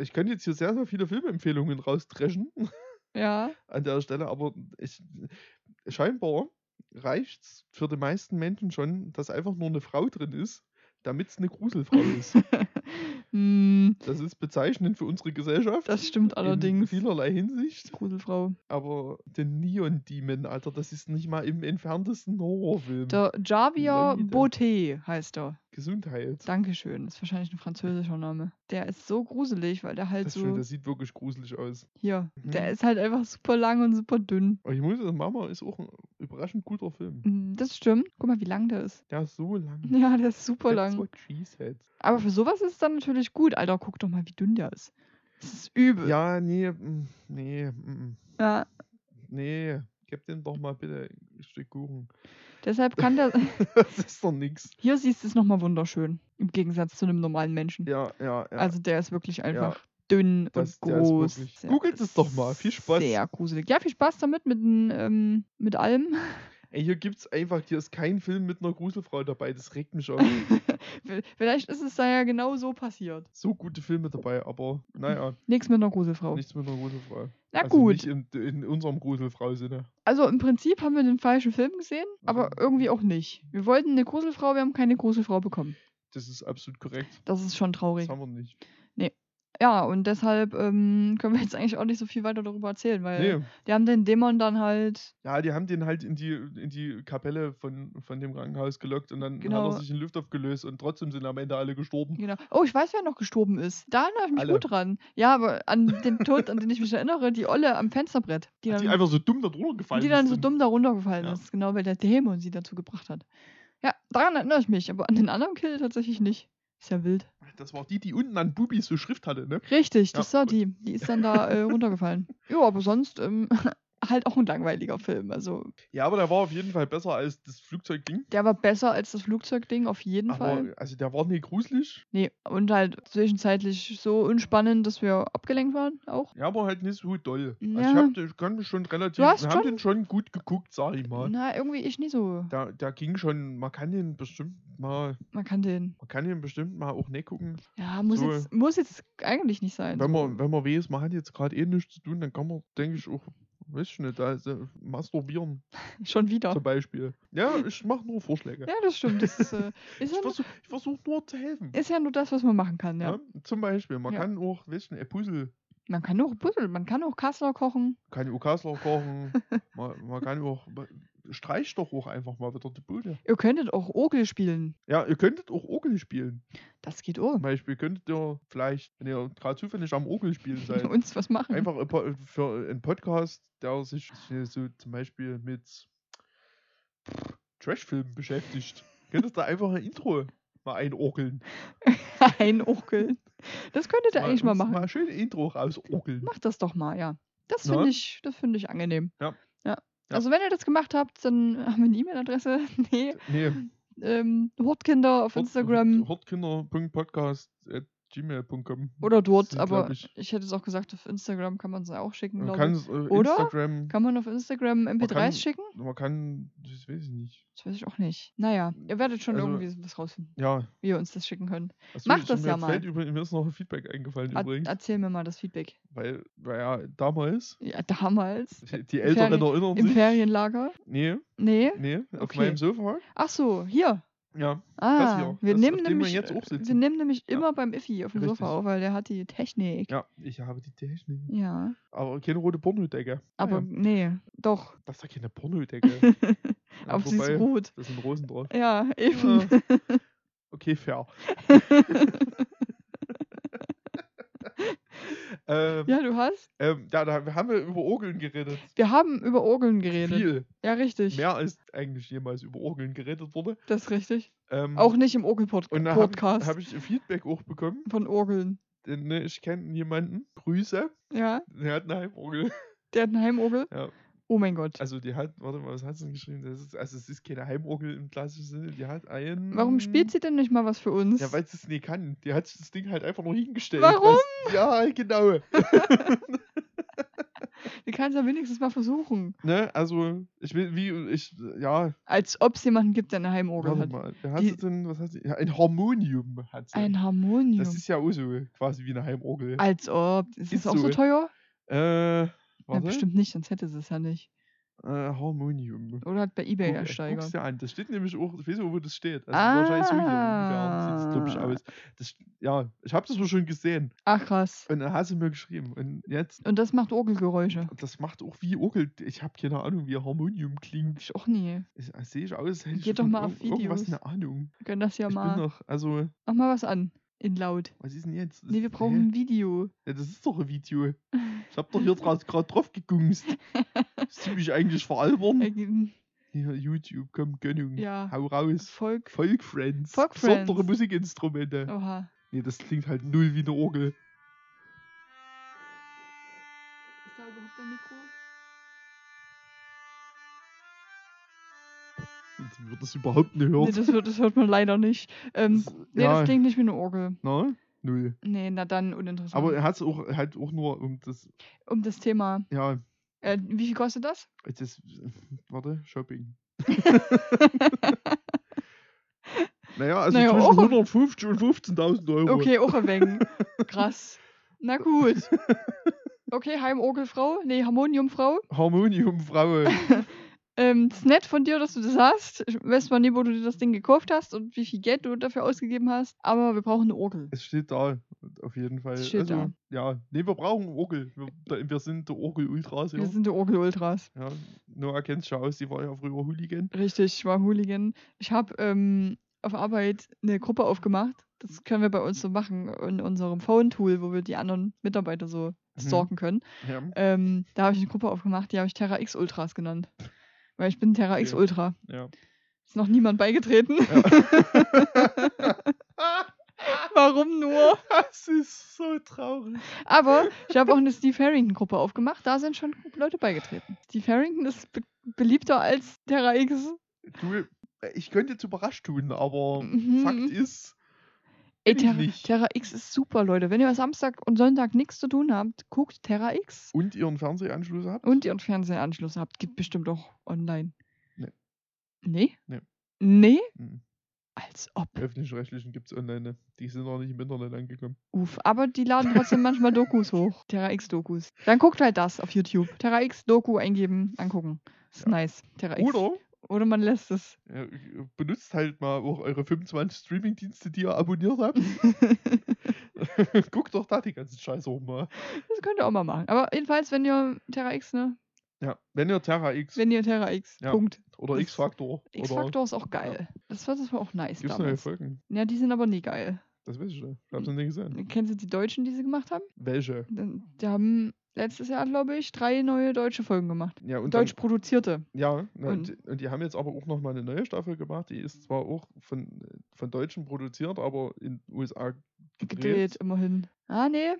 [SPEAKER 2] ich könnte jetzt hier sehr, sehr viele Filmempfehlungen rausdreschen
[SPEAKER 1] Ja, <laughs>
[SPEAKER 2] an der Stelle, aber ich, scheinbar reicht es für die meisten Menschen schon, dass einfach nur eine Frau drin ist, damit es eine Gruselfrau
[SPEAKER 1] <laughs>
[SPEAKER 2] ist.
[SPEAKER 1] Hm,
[SPEAKER 2] Das ist bezeichnend für unsere Gesellschaft.
[SPEAKER 1] das stimmt
[SPEAKER 2] In Ähm,
[SPEAKER 1] allerdings.
[SPEAKER 2] vielerlei Hinsicht.
[SPEAKER 1] Gruselfrau.
[SPEAKER 2] Aber den Neon Demon, Alter, das ist nicht mal im entferntesten Horrorfilm.
[SPEAKER 1] Der Javier
[SPEAKER 2] Leute.
[SPEAKER 1] Boté heißt er.
[SPEAKER 2] Gesundheit.
[SPEAKER 1] Dankeschön. Ist wahrscheinlich ein französischer Name. Der ist so gruselig, weil der halt
[SPEAKER 2] das, ist schön,
[SPEAKER 1] so.
[SPEAKER 2] das sieht wirklich gruselig aus.
[SPEAKER 1] Hier.
[SPEAKER 2] Mhm.
[SPEAKER 1] Der ist halt einfach super lang und super dünn.
[SPEAKER 2] Aber ich muss sagen, Mama ist auch ein überraschend guter Film.
[SPEAKER 1] Mm, Das stimmt. Guck mal, wie lang der ist. <laughs>
[SPEAKER 2] Der ist so lang.
[SPEAKER 1] Ja, der ist super
[SPEAKER 2] That's
[SPEAKER 1] lang.
[SPEAKER 2] what she said.
[SPEAKER 1] Aber für sowas ist es dann natürlich gut. Alter, guck doch mal, wie dünn der ist. Das ist übel.
[SPEAKER 2] Ja, nee, mm, nee, mm,
[SPEAKER 1] Ja,
[SPEAKER 2] nee. Gib dem doch mal bitte ein Stück
[SPEAKER 1] <laughs>
[SPEAKER 2] Kuchen.
[SPEAKER 1] deshalb kann
[SPEAKER 2] <laughs>
[SPEAKER 1] der. <laughs>
[SPEAKER 2] das ist doch nix.
[SPEAKER 1] Hier siehst du es nochmal wunderschön. Im Gegensatz zu einem normalen Menschen.
[SPEAKER 2] Ja, ja, ja.
[SPEAKER 1] Also der ist wirklich
[SPEAKER 2] ja.
[SPEAKER 1] einfach dünn
[SPEAKER 2] Das-
[SPEAKER 1] und
[SPEAKER 2] der ist
[SPEAKER 1] groß.
[SPEAKER 2] wirklich-
[SPEAKER 1] Sehr-
[SPEAKER 2] Googelt es doch mal. Viel Spaß.
[SPEAKER 1] Sehr gruselig. Ja, viel Spaß damit, mit, den, ähm, mit allem. <laughs>
[SPEAKER 2] Ey, hier gibt's einfach, hier ist kein Film mit einer Gruselfrau dabei. Das
[SPEAKER 1] <laughs>
[SPEAKER 2] regt mich auf.
[SPEAKER 1] Vielleicht ist es da ja genau so passiert.
[SPEAKER 2] so gute Filme dabei, aber
[SPEAKER 1] <laughs>
[SPEAKER 2] naja,
[SPEAKER 1] Nichts mit einer Gruselfrau.
[SPEAKER 2] nichts mit einer Gruselfrau.
[SPEAKER 1] Na
[SPEAKER 2] also
[SPEAKER 1] gut.
[SPEAKER 2] Nicht in, in unserem Gruselfrau-Sinne.
[SPEAKER 1] Also im Prinzip haben wir den falschen Film gesehen, aber
[SPEAKER 2] Mhm.
[SPEAKER 1] irgendwie auch nicht. Wir wollten eine Gruselfrau, wir haben keine Gruselfrau bekommen.
[SPEAKER 2] Das ist absolut korrekt.
[SPEAKER 1] Das ist schon
[SPEAKER 2] Das
[SPEAKER 1] traurig.
[SPEAKER 2] haben wir nicht.
[SPEAKER 1] Nee. ja, und deshalb ähm, können wir jetzt eigentlich auch nicht so viel weiter darüber erzählen, weil
[SPEAKER 2] Nee.
[SPEAKER 1] die haben den Dämon dann halt,
[SPEAKER 2] Ja, die haben den halt in die, in die Kapelle von, von dem Krankenhaus gelockt und dann
[SPEAKER 1] Genau.
[SPEAKER 2] hat er sich in den Lüft aufgelöst und trotzdem sind am Ende alle gestorben.
[SPEAKER 1] genau. Oh, ich weiß, wer noch gestorben ist. Da erinnere ich mich
[SPEAKER 2] Alle.
[SPEAKER 1] gut dran. Ja, aber an den Tod, an den ich mich erinnere, die Olle am Fensterbrett. Die dann,
[SPEAKER 2] Die einfach so dumm da drunter gefallen
[SPEAKER 1] die dann so
[SPEAKER 2] sind.
[SPEAKER 1] dumm da runtergefallen
[SPEAKER 2] Ja.
[SPEAKER 1] ist, genau, weil der Dämon sie dazu gebracht hat. Ja, daran erinnere ich mich, aber an den anderen Kill tatsächlich nicht. Ist ja wild.
[SPEAKER 2] Das war die, die unten an Bubis so Schrift hatte, ne?
[SPEAKER 1] Richtig,
[SPEAKER 2] Ja,
[SPEAKER 1] das war
[SPEAKER 2] und-
[SPEAKER 1] die. Die ist dann da
[SPEAKER 2] <laughs>
[SPEAKER 1] äh, runtergefallen. Ja, aber sonst ähm, <laughs> halt auch ein langweiliger Film. Also
[SPEAKER 2] Ja, aber der war auf jeden Fall besser als das Flugzeugding.
[SPEAKER 1] der war besser als das Flugzeugding, auf jeden Fall.
[SPEAKER 2] Aber, also der war nicht gruselig,
[SPEAKER 1] Nee, und halt zwischenzeitlich so unspannend, dass wir abgelenkt waren auch.
[SPEAKER 2] ja, aber halt nicht so doll. Also
[SPEAKER 1] Ja.
[SPEAKER 2] ich, hab, ich kann mich schon relativ.
[SPEAKER 1] Du hast
[SPEAKER 2] wir haben den schon gut geguckt, sag ich mal.
[SPEAKER 1] Na, irgendwie ich nie so.
[SPEAKER 2] Da, da ging schon, man kann den bestimmt mal,
[SPEAKER 1] Man kann den.
[SPEAKER 2] man kann den bestimmt mal auch nicht gucken.
[SPEAKER 1] Ja, muss,
[SPEAKER 2] So.
[SPEAKER 1] jetzt, muss jetzt eigentlich nicht sein.
[SPEAKER 2] Wenn man, wenn man weiß, man hat jetzt gerade eh nichts zu tun, dann kann man, denke ich, auch, weiß ich nicht, also masturbieren
[SPEAKER 1] <laughs> Schon wieder.
[SPEAKER 2] zum Beispiel. Ja, ich mache nur Vorschläge.
[SPEAKER 1] Ja, das stimmt. Das ist,
[SPEAKER 2] <laughs>
[SPEAKER 1] äh, ist,
[SPEAKER 2] Ich
[SPEAKER 1] ja,
[SPEAKER 2] versuche ich versuch nur zu helfen.
[SPEAKER 1] ist ja nur das, was man machen kann, ja.
[SPEAKER 2] Ja, zum Beispiel, man
[SPEAKER 1] Ja.
[SPEAKER 2] kann auch, weiß ich nicht, ein Puzzle
[SPEAKER 1] Man kann auch Puzzle, man kann auch Kassler kochen.
[SPEAKER 2] kann auch Kasler kochen. man, man kann auch. ma- Streich doch auch einfach mal wieder die Bude.
[SPEAKER 1] Ihr könntet auch Orgel spielen.
[SPEAKER 2] Ja, ihr könntet auch Orgel spielen.
[SPEAKER 1] Das geht auch.
[SPEAKER 2] Zum Beispiel könntet ihr vielleicht, wenn ihr gerade zufällig am Orgel spielen seid,
[SPEAKER 1] Uns was machen.
[SPEAKER 2] einfach ein Po- für einen Podcast, der sich so zum Beispiel mit Trashfilmen beschäftigt, könntest da einfach ein Intro mal einorgeln.
[SPEAKER 1] Einorgeln. oh Das könntet ihr eigentlich mal
[SPEAKER 2] uns
[SPEAKER 1] machen.
[SPEAKER 2] Mal schön ein Intro rausorgeln.
[SPEAKER 1] Macht das doch mal, ja. Das
[SPEAKER 2] Na?
[SPEAKER 1] finde ich, das finde ich angenehm.
[SPEAKER 2] Ja.
[SPEAKER 1] ja.
[SPEAKER 2] Ja.
[SPEAKER 1] Also wenn ihr das gemacht habt, dann haben wir eine E-Mail-Adresse. <laughs> nee.
[SPEAKER 2] Nee,
[SPEAKER 1] Ähm, Hortkinder auf
[SPEAKER 2] Hort-
[SPEAKER 1] Instagram
[SPEAKER 2] Hortkinder.podcast.gmail.com
[SPEAKER 1] oder dort,
[SPEAKER 2] sind,
[SPEAKER 1] aber
[SPEAKER 2] glaub
[SPEAKER 1] ich.
[SPEAKER 2] ich-
[SPEAKER 1] hätte es auch gesagt, auf Instagram kann man es auch schicken,
[SPEAKER 2] Man
[SPEAKER 1] glaube
[SPEAKER 2] kann
[SPEAKER 1] ich.
[SPEAKER 2] es äh,
[SPEAKER 1] Oder?
[SPEAKER 2] Instagram,
[SPEAKER 1] Kann man auf Instagram MP3s
[SPEAKER 2] kann-
[SPEAKER 1] schicken?
[SPEAKER 2] man kann, das weiß ich nicht.
[SPEAKER 1] Das weiß ich auch nicht. Naja, ihr werdet schon
[SPEAKER 2] Also-
[SPEAKER 1] irgendwie was rausfinden,
[SPEAKER 2] Ja,
[SPEAKER 1] wie ihr uns das schicken könnt.
[SPEAKER 2] also
[SPEAKER 1] Macht das
[SPEAKER 2] mir
[SPEAKER 1] ja
[SPEAKER 2] jetzt fällt
[SPEAKER 1] mal.
[SPEAKER 2] übrigens- mir ist noch ein Feedback eingefallen
[SPEAKER 1] Er-
[SPEAKER 2] übrigens,
[SPEAKER 1] Erzähl mir mal das Feedback.
[SPEAKER 2] weil, weil ja, damals,
[SPEAKER 1] Ja, damals.
[SPEAKER 2] die Älteren
[SPEAKER 1] Ferien-
[SPEAKER 2] erinnern
[SPEAKER 1] Im
[SPEAKER 2] sich,
[SPEAKER 1] Ferienlager?
[SPEAKER 2] nee,
[SPEAKER 1] Nee.
[SPEAKER 2] nee, auf
[SPEAKER 1] Okay.
[SPEAKER 2] meinem Sofa,
[SPEAKER 1] Ach so, hier.
[SPEAKER 2] ja,
[SPEAKER 1] Ah,
[SPEAKER 2] hier,
[SPEAKER 1] wir,
[SPEAKER 2] das,
[SPEAKER 1] nehmen
[SPEAKER 2] auf dem wir
[SPEAKER 1] nämlich,
[SPEAKER 2] jetzt auch
[SPEAKER 1] äh, wir
[SPEAKER 2] sitzen.
[SPEAKER 1] nehmen nämlich
[SPEAKER 2] Ja.
[SPEAKER 1] immer beim Iffy auf dem
[SPEAKER 2] Richtig.
[SPEAKER 1] Sofa auf, weil der hat die Technik. Ja.
[SPEAKER 2] ja, ich habe die Technik, aber keine rote Pornodecke,
[SPEAKER 1] Aber
[SPEAKER 2] Naja,
[SPEAKER 1] nee, doch.
[SPEAKER 2] das ist ja
[SPEAKER 1] <laughs>
[SPEAKER 2] keine Pornodecke, <laughs> ja,
[SPEAKER 1] Aber sie ist
[SPEAKER 2] wobei,
[SPEAKER 1] rot.
[SPEAKER 2] da sind Rosen drauf,
[SPEAKER 1] Ja, eben. <laughs>
[SPEAKER 2] okay, fair. ähm,
[SPEAKER 1] Ja, du hast.
[SPEAKER 2] ähm, da, da haben wir über Orgeln geredet.
[SPEAKER 1] Wir haben über Orgeln geredet.
[SPEAKER 2] Viel.
[SPEAKER 1] Ja, richtig.
[SPEAKER 2] Mehr als eigentlich jemals über Orgeln geredet wurde.
[SPEAKER 1] Das ist richtig.
[SPEAKER 2] Ähm,
[SPEAKER 1] Auch nicht im Orgelpodcast
[SPEAKER 2] und da
[SPEAKER 1] podcast
[SPEAKER 2] habe ich, hab ich Feedback auch bekommen.
[SPEAKER 1] von Orgeln.
[SPEAKER 2] Denn, ne, ich kenne jemanden, Grüße,
[SPEAKER 1] Ja,
[SPEAKER 2] der hat eine
[SPEAKER 1] <laughs>
[SPEAKER 2] Heimorgel.
[SPEAKER 1] der hat eine Heimorgel.
[SPEAKER 2] Ja.
[SPEAKER 1] Oh mein Gott.
[SPEAKER 2] Also die hat, warte mal, was hat sie denn geschrieben? Das ist, also es ist keine Heimorgel im klassischen Sinne, die hat einen...
[SPEAKER 1] Warum spielt sie denn nicht mal was für uns?
[SPEAKER 2] Ähm, Ja, weil sie es nie kann. Die hat sich das Ding halt einfach nur hingestellt.
[SPEAKER 1] Warum?
[SPEAKER 2] Das, ja, genau.
[SPEAKER 1] Wir können es ja wenigstens mal versuchen.
[SPEAKER 2] ne, also, ich will, wie, ich, ja,
[SPEAKER 1] Als ob es jemanden gibt, der eine Heimorgel
[SPEAKER 2] warte
[SPEAKER 1] hat.
[SPEAKER 2] mal. Wer hat
[SPEAKER 1] Die-
[SPEAKER 2] sie denn, was hat sie? Ja, ein Harmonium hat sie.
[SPEAKER 1] Ein Harmonium.
[SPEAKER 2] Das ist ja auch so quasi wie eine Heimorgel.
[SPEAKER 1] Als ob. Ist,
[SPEAKER 2] Ist
[SPEAKER 1] das auch so
[SPEAKER 2] so.
[SPEAKER 1] teuer?
[SPEAKER 2] Äh,
[SPEAKER 1] Na,
[SPEAKER 2] warte.
[SPEAKER 1] bestimmt nicht, sonst hätte sie es ja nicht.
[SPEAKER 2] Äh, Harmonium.
[SPEAKER 1] Oder hat bei Ebay
[SPEAKER 2] Guck-
[SPEAKER 1] ersteigert.
[SPEAKER 2] Oh, Guck's dir an. Das steht nämlich auch, ich weiß nicht, wo das steht. Also wahrscheinlich so hier ungefähr. Sieht glaube ich
[SPEAKER 1] Ah.
[SPEAKER 2] aus. Das, ja, ich habe das wohl schon gesehen.
[SPEAKER 1] Ach krass.
[SPEAKER 2] Und dann hast du mir geschrieben. Und jetzt,
[SPEAKER 1] Und das macht Orgelgeräusche.
[SPEAKER 2] das macht auch wie Orgel. Ich habe keine Ahnung, wie Harmonium klingt.
[SPEAKER 1] Ich auch nie.
[SPEAKER 2] Ich, das sehe ich aus, als hätte
[SPEAKER 1] Geh
[SPEAKER 2] ich
[SPEAKER 1] doch
[SPEAKER 2] von
[SPEAKER 1] mal auf
[SPEAKER 2] irg- irgendwas
[SPEAKER 1] Videos.
[SPEAKER 2] eine Ahnung.
[SPEAKER 1] Wir können das ja
[SPEAKER 2] ich bin
[SPEAKER 1] mal.
[SPEAKER 2] noch, also,
[SPEAKER 1] Mach mal was an. In laut.
[SPEAKER 2] was ist denn jetzt?
[SPEAKER 1] Nee, wir
[SPEAKER 2] Hä?
[SPEAKER 1] brauchen ein Video.
[SPEAKER 2] Ja, das ist doch ein Video. Ich hab
[SPEAKER 1] <laughs>
[SPEAKER 2] doch hier gerade drauf gegunst. Sie mich eigentlich veralbern.
[SPEAKER 1] Äh,
[SPEAKER 2] Ja, YouTube, komm, Gönnung.
[SPEAKER 1] Ja.
[SPEAKER 2] Hau raus.
[SPEAKER 1] Volk.
[SPEAKER 2] Folk Friends.
[SPEAKER 1] Folk
[SPEAKER 2] Besondere
[SPEAKER 1] Friends.
[SPEAKER 2] Musikinstrumente.
[SPEAKER 1] Oha.
[SPEAKER 2] Nee, das klingt halt null wie eine Orgel.
[SPEAKER 1] Ist da überhaupt ein Mikro?
[SPEAKER 2] Jetzt wird das überhaupt nicht hören.
[SPEAKER 1] Nee, das, hört- das hört man leider nicht. Ähm,
[SPEAKER 2] Das-
[SPEAKER 1] nee,
[SPEAKER 2] ja.
[SPEAKER 1] das klingt nicht wie eine Orgel.
[SPEAKER 2] Na? Null.
[SPEAKER 1] Nee, na dann uninteressant.
[SPEAKER 2] Aber er hat es auch, halt auch nur um das.
[SPEAKER 1] um das Thema.
[SPEAKER 2] Ja,
[SPEAKER 1] Äh, wie viel kostet das?
[SPEAKER 2] das. <laughs> Warte,
[SPEAKER 1] <laughs>
[SPEAKER 2] Shopping. naja, also
[SPEAKER 1] Naja,
[SPEAKER 2] zwischen
[SPEAKER 1] auch-
[SPEAKER 2] 150 und 15.000 Euro.
[SPEAKER 1] Okay,
[SPEAKER 2] <laughs>
[SPEAKER 1] Ohrwängen. Krass. Na gut. Okay, Heimorgelfrau. Nee, Harmoniumfrau.
[SPEAKER 2] Harmonium, Frau.
[SPEAKER 1] Ähm, es ist nett von dir, dass du das hast. Ich weiß mal nie, wo du dir das Ding gekauft hast und wie viel Geld du dafür ausgegeben hast, aber wir brauchen eine Orgel.
[SPEAKER 2] Es steht da, auf jeden Fall.
[SPEAKER 1] Es steht
[SPEAKER 2] also,
[SPEAKER 1] da.
[SPEAKER 2] ja, nee, wir brauchen Orgel. Wir, da, wir sind der Orgel-Ultras, ja.
[SPEAKER 1] Wir sind die Orgel-Ultras.
[SPEAKER 2] ja. Noah kennt schon aus, die war ja früher Hooligan.
[SPEAKER 1] Richtig, ich war Hooligan. Ich habe ähm, auf Arbeit eine Gruppe aufgemacht. Das können wir bei uns so machen, in unserem Phone-Tool, wo wir die anderen Mitarbeiter so stalken können.
[SPEAKER 2] Ja.
[SPEAKER 1] Ähm, da habe ich eine Gruppe aufgemacht, die habe ich Terra X Ultras genannt. Weil ich bin Terra
[SPEAKER 2] Okay.
[SPEAKER 1] X Ultra.
[SPEAKER 2] ja.
[SPEAKER 1] Ist noch niemand beigetreten.
[SPEAKER 2] Ah,
[SPEAKER 1] <laughs> Warum nur?
[SPEAKER 2] das ist so traurig. <laughs>
[SPEAKER 1] Aber ich habe auch eine Steve Harrington Gruppe aufgemacht. Da sind schon Leute beigetreten. Steve Harrington ist be beliebter als Terra X.
[SPEAKER 2] Du, äh, ich könnte jetzt überrascht tun, aber
[SPEAKER 1] Mhm.
[SPEAKER 2] Fakt ist,
[SPEAKER 1] Ey,
[SPEAKER 2] Kenn ich
[SPEAKER 1] Terra,
[SPEAKER 2] nicht.
[SPEAKER 1] Terra X ist super, Leute. Wenn ihr am Samstag und Sonntag nichts zu tun habt, guckt Terra X.
[SPEAKER 2] und ihren Fernsehanschluss habt.
[SPEAKER 1] Und ihren Fernsehanschluss habt, gibt bestimmt auch online.
[SPEAKER 2] Nee.
[SPEAKER 1] Nee?
[SPEAKER 2] Nee.
[SPEAKER 1] Nee?
[SPEAKER 2] Mhm.
[SPEAKER 1] Als ob.
[SPEAKER 2] Die Öffentlich-rechtlichen gibt es online. ne? Die sind noch nicht im Internet angekommen.
[SPEAKER 1] Uff, aber die laden trotzdem manchmal Dokus hoch. Terra X Dokus. Dann guckt halt das auf YouTube. Terra X Doku eingeben, angucken. Ist
[SPEAKER 2] Ja.
[SPEAKER 1] nice. Terra X.
[SPEAKER 2] Oder
[SPEAKER 1] Oder man lässt es. <laughs>
[SPEAKER 2] ja, benutzt halt mal auch eure 25 Streaming-Dienste, die ihr abonniert habt. <laughs> Guckt doch da die ganzen Scheiße rum mal.
[SPEAKER 1] Das könnt ihr auch mal machen. Aber jedenfalls, wenn ihr Terra X, ne?
[SPEAKER 2] Ja, wenn ihr Terra X
[SPEAKER 1] Wenn ihr Terra X.
[SPEAKER 2] Ja.
[SPEAKER 1] Punkt.
[SPEAKER 2] oder
[SPEAKER 1] das-
[SPEAKER 2] X-Factor oder
[SPEAKER 1] X-Factor ist auch geil. Das war das war auch nice
[SPEAKER 2] gibt's neue
[SPEAKER 1] damals.
[SPEAKER 2] Folgen.
[SPEAKER 1] Ja, die sind aber nie geil.
[SPEAKER 2] Das weiß ich nicht. Ich
[SPEAKER 1] Hm.
[SPEAKER 2] hab's noch nie gesehen.
[SPEAKER 1] Kennst du die Deutschen, die sie gemacht haben?
[SPEAKER 2] Welche?
[SPEAKER 1] Dann- Die haben letztes Jahr, glaube ich, drei neue deutsche Folgen gemacht.
[SPEAKER 2] Ja, und
[SPEAKER 1] Deutsch produzierte.
[SPEAKER 2] Dann, ja, na,
[SPEAKER 1] und-
[SPEAKER 2] und, die- und die haben jetzt aber auch nochmal eine neue Staffel gemacht. Die ist zwar auch von, von Deutschen produziert, aber in den USA gedreht.
[SPEAKER 1] Gedreht, immerhin. Ah, nee.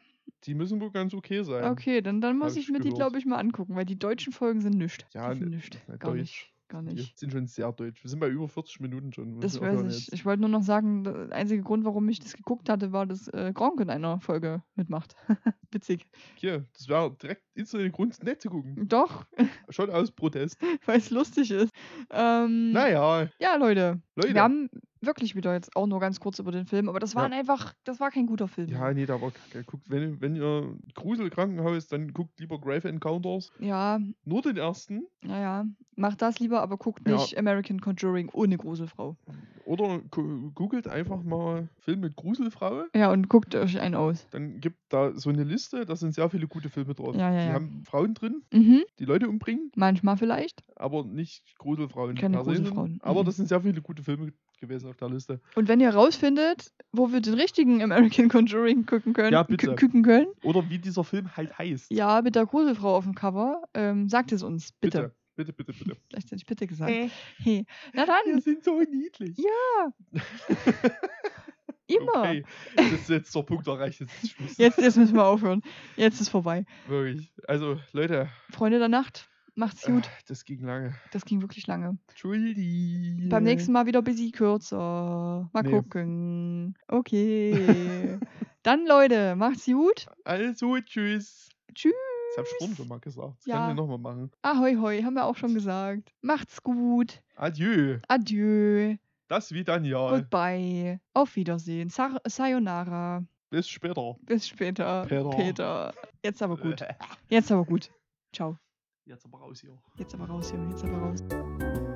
[SPEAKER 2] Die müssen wohl ganz okay sein.
[SPEAKER 1] Okay, dann, dann muss
[SPEAKER 2] hab
[SPEAKER 1] ich
[SPEAKER 2] ich
[SPEAKER 1] mir die,
[SPEAKER 2] gehört.
[SPEAKER 1] glaube ich, mal angucken, weil die deutschen Folgen sind nischt.
[SPEAKER 2] Ja,
[SPEAKER 1] die sind
[SPEAKER 2] ne-
[SPEAKER 1] nischt.
[SPEAKER 2] na,
[SPEAKER 1] Gar
[SPEAKER 2] Deutsch.
[SPEAKER 1] nicht. Gar
[SPEAKER 2] Die
[SPEAKER 1] nicht.
[SPEAKER 2] sind schon sehr deutsch. Wir sind bei über 40 Minuten schon.
[SPEAKER 1] Das weiß ich. Ich wollte nur noch sagen, der einzige Grund, warum ich das geguckt hatte, war, dass äh, Gronk in einer Folge mitmacht. <laughs> Witzig.
[SPEAKER 2] Hier, das wäre direkt instant Grund, nett zu gucken.
[SPEAKER 1] Doch, <laughs>
[SPEAKER 2] Schon aus Protest.
[SPEAKER 1] weil es lustig ist. Ähm,
[SPEAKER 2] Naja,
[SPEAKER 1] Ja, Leute.
[SPEAKER 2] Leute.
[SPEAKER 1] Wir haben wirklich wieder jetzt auch nur ganz kurz über den Film, aber das waren einfach, das war kein guter Film.
[SPEAKER 2] Ja, nee, da war kacke. Guckt, wenn, wenn ihr Gruselkrankenhaus, dann guckt lieber Grave Encounters.
[SPEAKER 1] ja
[SPEAKER 2] Nur den ersten.
[SPEAKER 1] naja. Macht das lieber, aber guckt
[SPEAKER 2] Ja.
[SPEAKER 1] nicht American Conjuring ohne Gruselfrau.
[SPEAKER 2] Oder gu- googelt einfach mal Film mit Gruselfrau.
[SPEAKER 1] Ja, und guckt euch einen aus.
[SPEAKER 2] Dann gibt da so eine Liste, da sind sehr viele gute Filme drauf.
[SPEAKER 1] Ja, ja,
[SPEAKER 2] die
[SPEAKER 1] ja.
[SPEAKER 2] haben Frauen drin,
[SPEAKER 1] Mhm.
[SPEAKER 2] die Leute umbringen,
[SPEAKER 1] Manchmal vielleicht.
[SPEAKER 2] aber nicht Gruselfrauen.
[SPEAKER 1] Keine
[SPEAKER 2] per se, sondern-
[SPEAKER 1] Gruselfrauen,
[SPEAKER 2] Aber
[SPEAKER 1] mhm.
[SPEAKER 2] das sind sehr viele gute Filme gewesen auf der Liste.
[SPEAKER 1] Und wenn ihr rausfindet, wo wir den richtigen American Conjuring gucken können,
[SPEAKER 2] Ja, bitte.
[SPEAKER 1] kü- gucken können,
[SPEAKER 2] Oder wie dieser Film halt heißt.
[SPEAKER 1] ja, mit der Gruselfrau auf dem Cover, ähm, sagt es uns, bitte.
[SPEAKER 2] Bitte, bitte, bitte.
[SPEAKER 1] Vielleicht hätte ich bitte gesagt.
[SPEAKER 2] Äh,
[SPEAKER 1] Hey. Na dann,
[SPEAKER 2] sind so niedlich.
[SPEAKER 1] Ja, immer.
[SPEAKER 2] Okay, das ist jetzt der Punkt erreicht. Jetzt ist Schluss.
[SPEAKER 1] Jetzt, jetzt müssen wir aufhören. Jetzt ist vorbei.
[SPEAKER 2] Wirklich. Also, Leute,
[SPEAKER 1] Freunde der Nacht, macht's gut.
[SPEAKER 2] äh, das ging lange.
[SPEAKER 1] Das ging wirklich lange.
[SPEAKER 2] Entschuldigung.
[SPEAKER 1] Beim nächsten Mal wieder ein bisschen kürzer. Mal
[SPEAKER 2] Nee.
[SPEAKER 1] gucken. Okay. dann, Leute, macht's gut.
[SPEAKER 2] Also, tschüss.
[SPEAKER 1] Tschüss.
[SPEAKER 2] Das hab ich vorhin schon mal gesagt. Das
[SPEAKER 1] Ja.
[SPEAKER 2] können wir nochmal machen.
[SPEAKER 1] Ahoi, hoi, haben wir auch schon gesagt. Macht's gut.
[SPEAKER 2] Adieu.
[SPEAKER 1] Adieu.
[SPEAKER 2] Das wie dann ja.
[SPEAKER 1] Goodbye. Auf Wiedersehen. Sa Sayonara.
[SPEAKER 2] Bis später.
[SPEAKER 1] Bis später.
[SPEAKER 2] Peter. Äh.
[SPEAKER 1] Peter. Jetzt aber gut. Jetzt aber gut. Ciao.
[SPEAKER 2] Jetzt aber raus hier.
[SPEAKER 1] Jetzt aber raus hier. Jetzt aber raus.